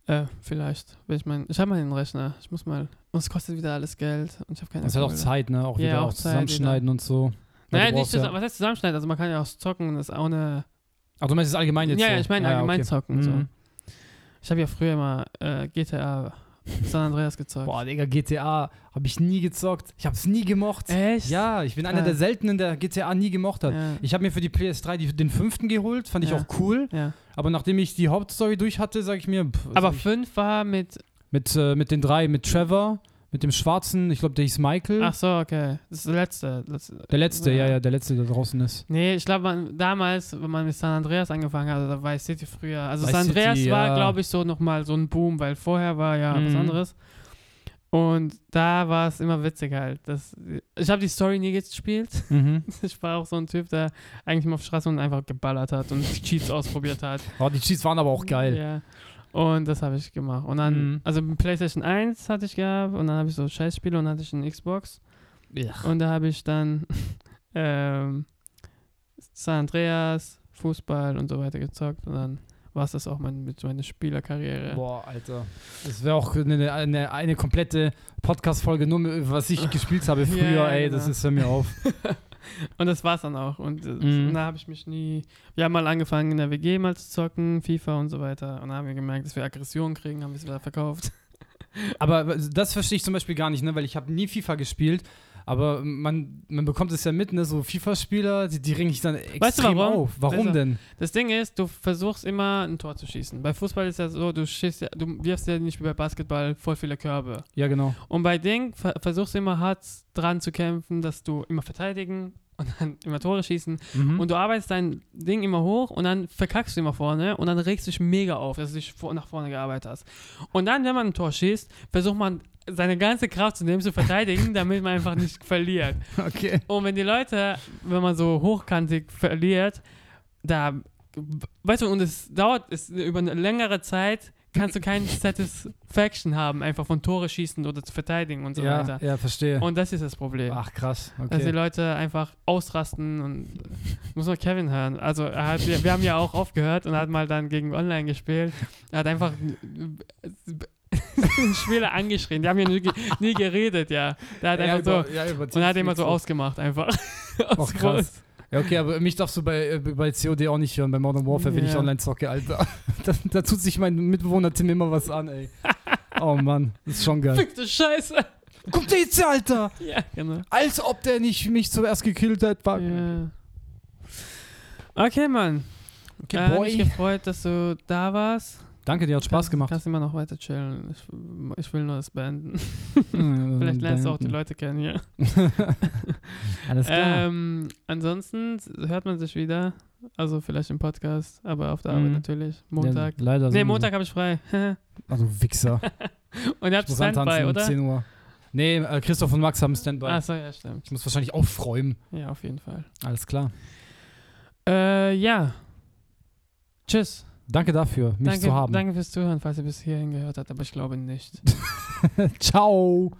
Äh, vielleicht. Will ich mein, ich habe meinen Rechner, ich muss mal, und es kostet wieder alles Geld und ich habe keine Das hat auch Kohle. Zeit, ne? Auch Ja, wieder auch auch Zeit, genau. zusammenschneiden und so. Weil Naja, du nicht brauchst ja- zusammen, was heißt zusammenschneiden, also man kann ja auch zocken und das auch eine, Ach, Also du meinst es allgemein jetzt ja, so? ja, ich meine allgemein okay. zocken, so. Mhm. Ich habe ja früher immer äh, GTA San Andreas gezockt. Boah, Digga, GTA habe ich nie gezockt. Ich habe es nie gemocht. echt? Ja, ich bin einer Ah. der Seltenen, der GTA nie gemocht hat. Ja. Ich habe mir für die PS3 die, den fünften geholt, fand ich Ja. auch cool. ja. Aber nachdem ich die Hauptstory durch hatte, sage ich mir, pff, was Aber hab ich- 5 war mit mit, äh, mit den drei, mit Trevor, mit mit dem Schwarzen, ich glaube, der hieß Michael. Ach so, okay. Das ist der letzte. Das, der letzte, ja, ja, der letzte, der draußen ist. Nee, ich glaube, damals, wenn man mit San Andreas angefangen hat, da war Vice City früher. Also Vice San City, Andreas war, ja. glaube ich, so nochmal so ein Boom, weil vorher war ja was Mhm. anderes. Und da war es immer witziger halt. Das, ich habe die Story nie gespielt. Mhm. Ich war auch so ein Typ, der eigentlich mal auf die Straße und einfach geballert hat und Cheats ausprobiert hat. Oh, die Cheats waren aber auch geil. Ja. Und das habe ich gemacht. Und dann, Mhm. also PlayStation 1 hatte ich gehabt und dann habe ich so Scheißspiele und dann hatte ich eine Xbox. Und da habe ich dann ähm, San Andreas, Fußball und so weiter gezockt. Und dann war es das auch mein, mit meiner Spielerkarriere. Boah, Alter. Das wäre auch eine, eine, eine komplette Podcast-Folge, nur mit- was ich gespielt habe früher, Ja, ey, das genau. ist, hör mir auf. Und das war's dann auch. Und, äh, Mhm. und da habe ich mich nie. Wir haben mal angefangen in der WG mal zu zocken, FIFA und so weiter. Und dann haben wir gemerkt, dass wir Aggression kriegen, haben wir es wieder verkauft. Aber das verstehe ich zum Beispiel gar nicht, ne? weil ich habe nie FIFA gespielt. Aber man, man bekommt es ja mit, ne? so FIFA-Spieler, die, die ringen sich dann extrem Weißt du, warum? auf. Warum Weißt du- denn? Das Ding ist, du versuchst immer ein Tor zu schießen. Bei Fußball ist ja so, du schießt ja, du wirfst ja nicht wie bei Basketball voll viele Körbe. Ja, genau. Und bei Ding ver versuchst du immer hart dran zu kämpfen, dass du immer verteidigen und dann immer Tore schießen. Mhm. Und du arbeitest dein Ding immer hoch und dann verkackst du immer vorne und dann regst du dich mega auf, dass du dich vor nach vorne gearbeitet hast. Und dann, wenn man ein Tor schießt, versucht man seine ganze Kraft zu nehmen, zu verteidigen, damit man einfach nicht verliert. okay. Und wenn die Leute, wenn man so hochkantig verliert, da, weißt du, und es dauert es über eine längere Zeit, kannst du keine Satisfaction haben, einfach von Tore schießen oder zu verteidigen und so Ja, weiter. ja, verstehe. Und das ist das Problem. Ach, krass. Dass die Okay. Leute einfach ausrasten und muss man Kevin hören. Also er hat, wir wir haben ja auch aufgehört und er hat mal dann gegen Online gespielt. Er hat einfach den Spieler angeschrien. Die haben ja nie, ge- nie geredet, ja. Der hat einfach so, und er hat immer so ausgemacht einfach. Ach, Oh, krass. Ja, okay, aber mich darfst du bei, äh, bei COD auch nicht hören, bei Modern Warfare, wenn ich Ja. online zocke, Alter. da, da tut sich mein Mitbewohner Tim immer was an, ey. Oh Mann, das ist schon geil. Fick du Scheiße. Guck dir jetzt, hier, Alter! Ja, genau. Als ob der nicht mich zuerst gekillt hat. War, Ja. Okay, Mann. Okay, äh, boy. mich gefreut, dass du da warst. Danke, dir hat Spaß Kannst- gemacht. Kannst immer noch weiter chillen. Ich, ich will nur das beenden. Äh, Vielleicht Vielleicht lernst du auch die Leute kennen, ja. Alles klar. Ähm, ansonsten hört man sich wieder. Also vielleicht im Podcast, aber auf der Arbeit Mhm. natürlich. Montag. Ja, leider. nee, sowieso. Montag habe ich frei. Also Wichser. Und ihr Ich habt muss antanzen Standby, um oder? Ah. 10 Uhr. Nee, äh, Christoph und Max haben Standby. Achso, ja, stimmt. Ich muss wahrscheinlich aufräumen. Ja, auf jeden Fall. Alles klar. Äh, ja. Tschüss. Danke dafür, mich danke, zu haben. danke fürs Zuhören, falls ihr bis hierhin gehört habt, aber ich glaube nicht. Ciao.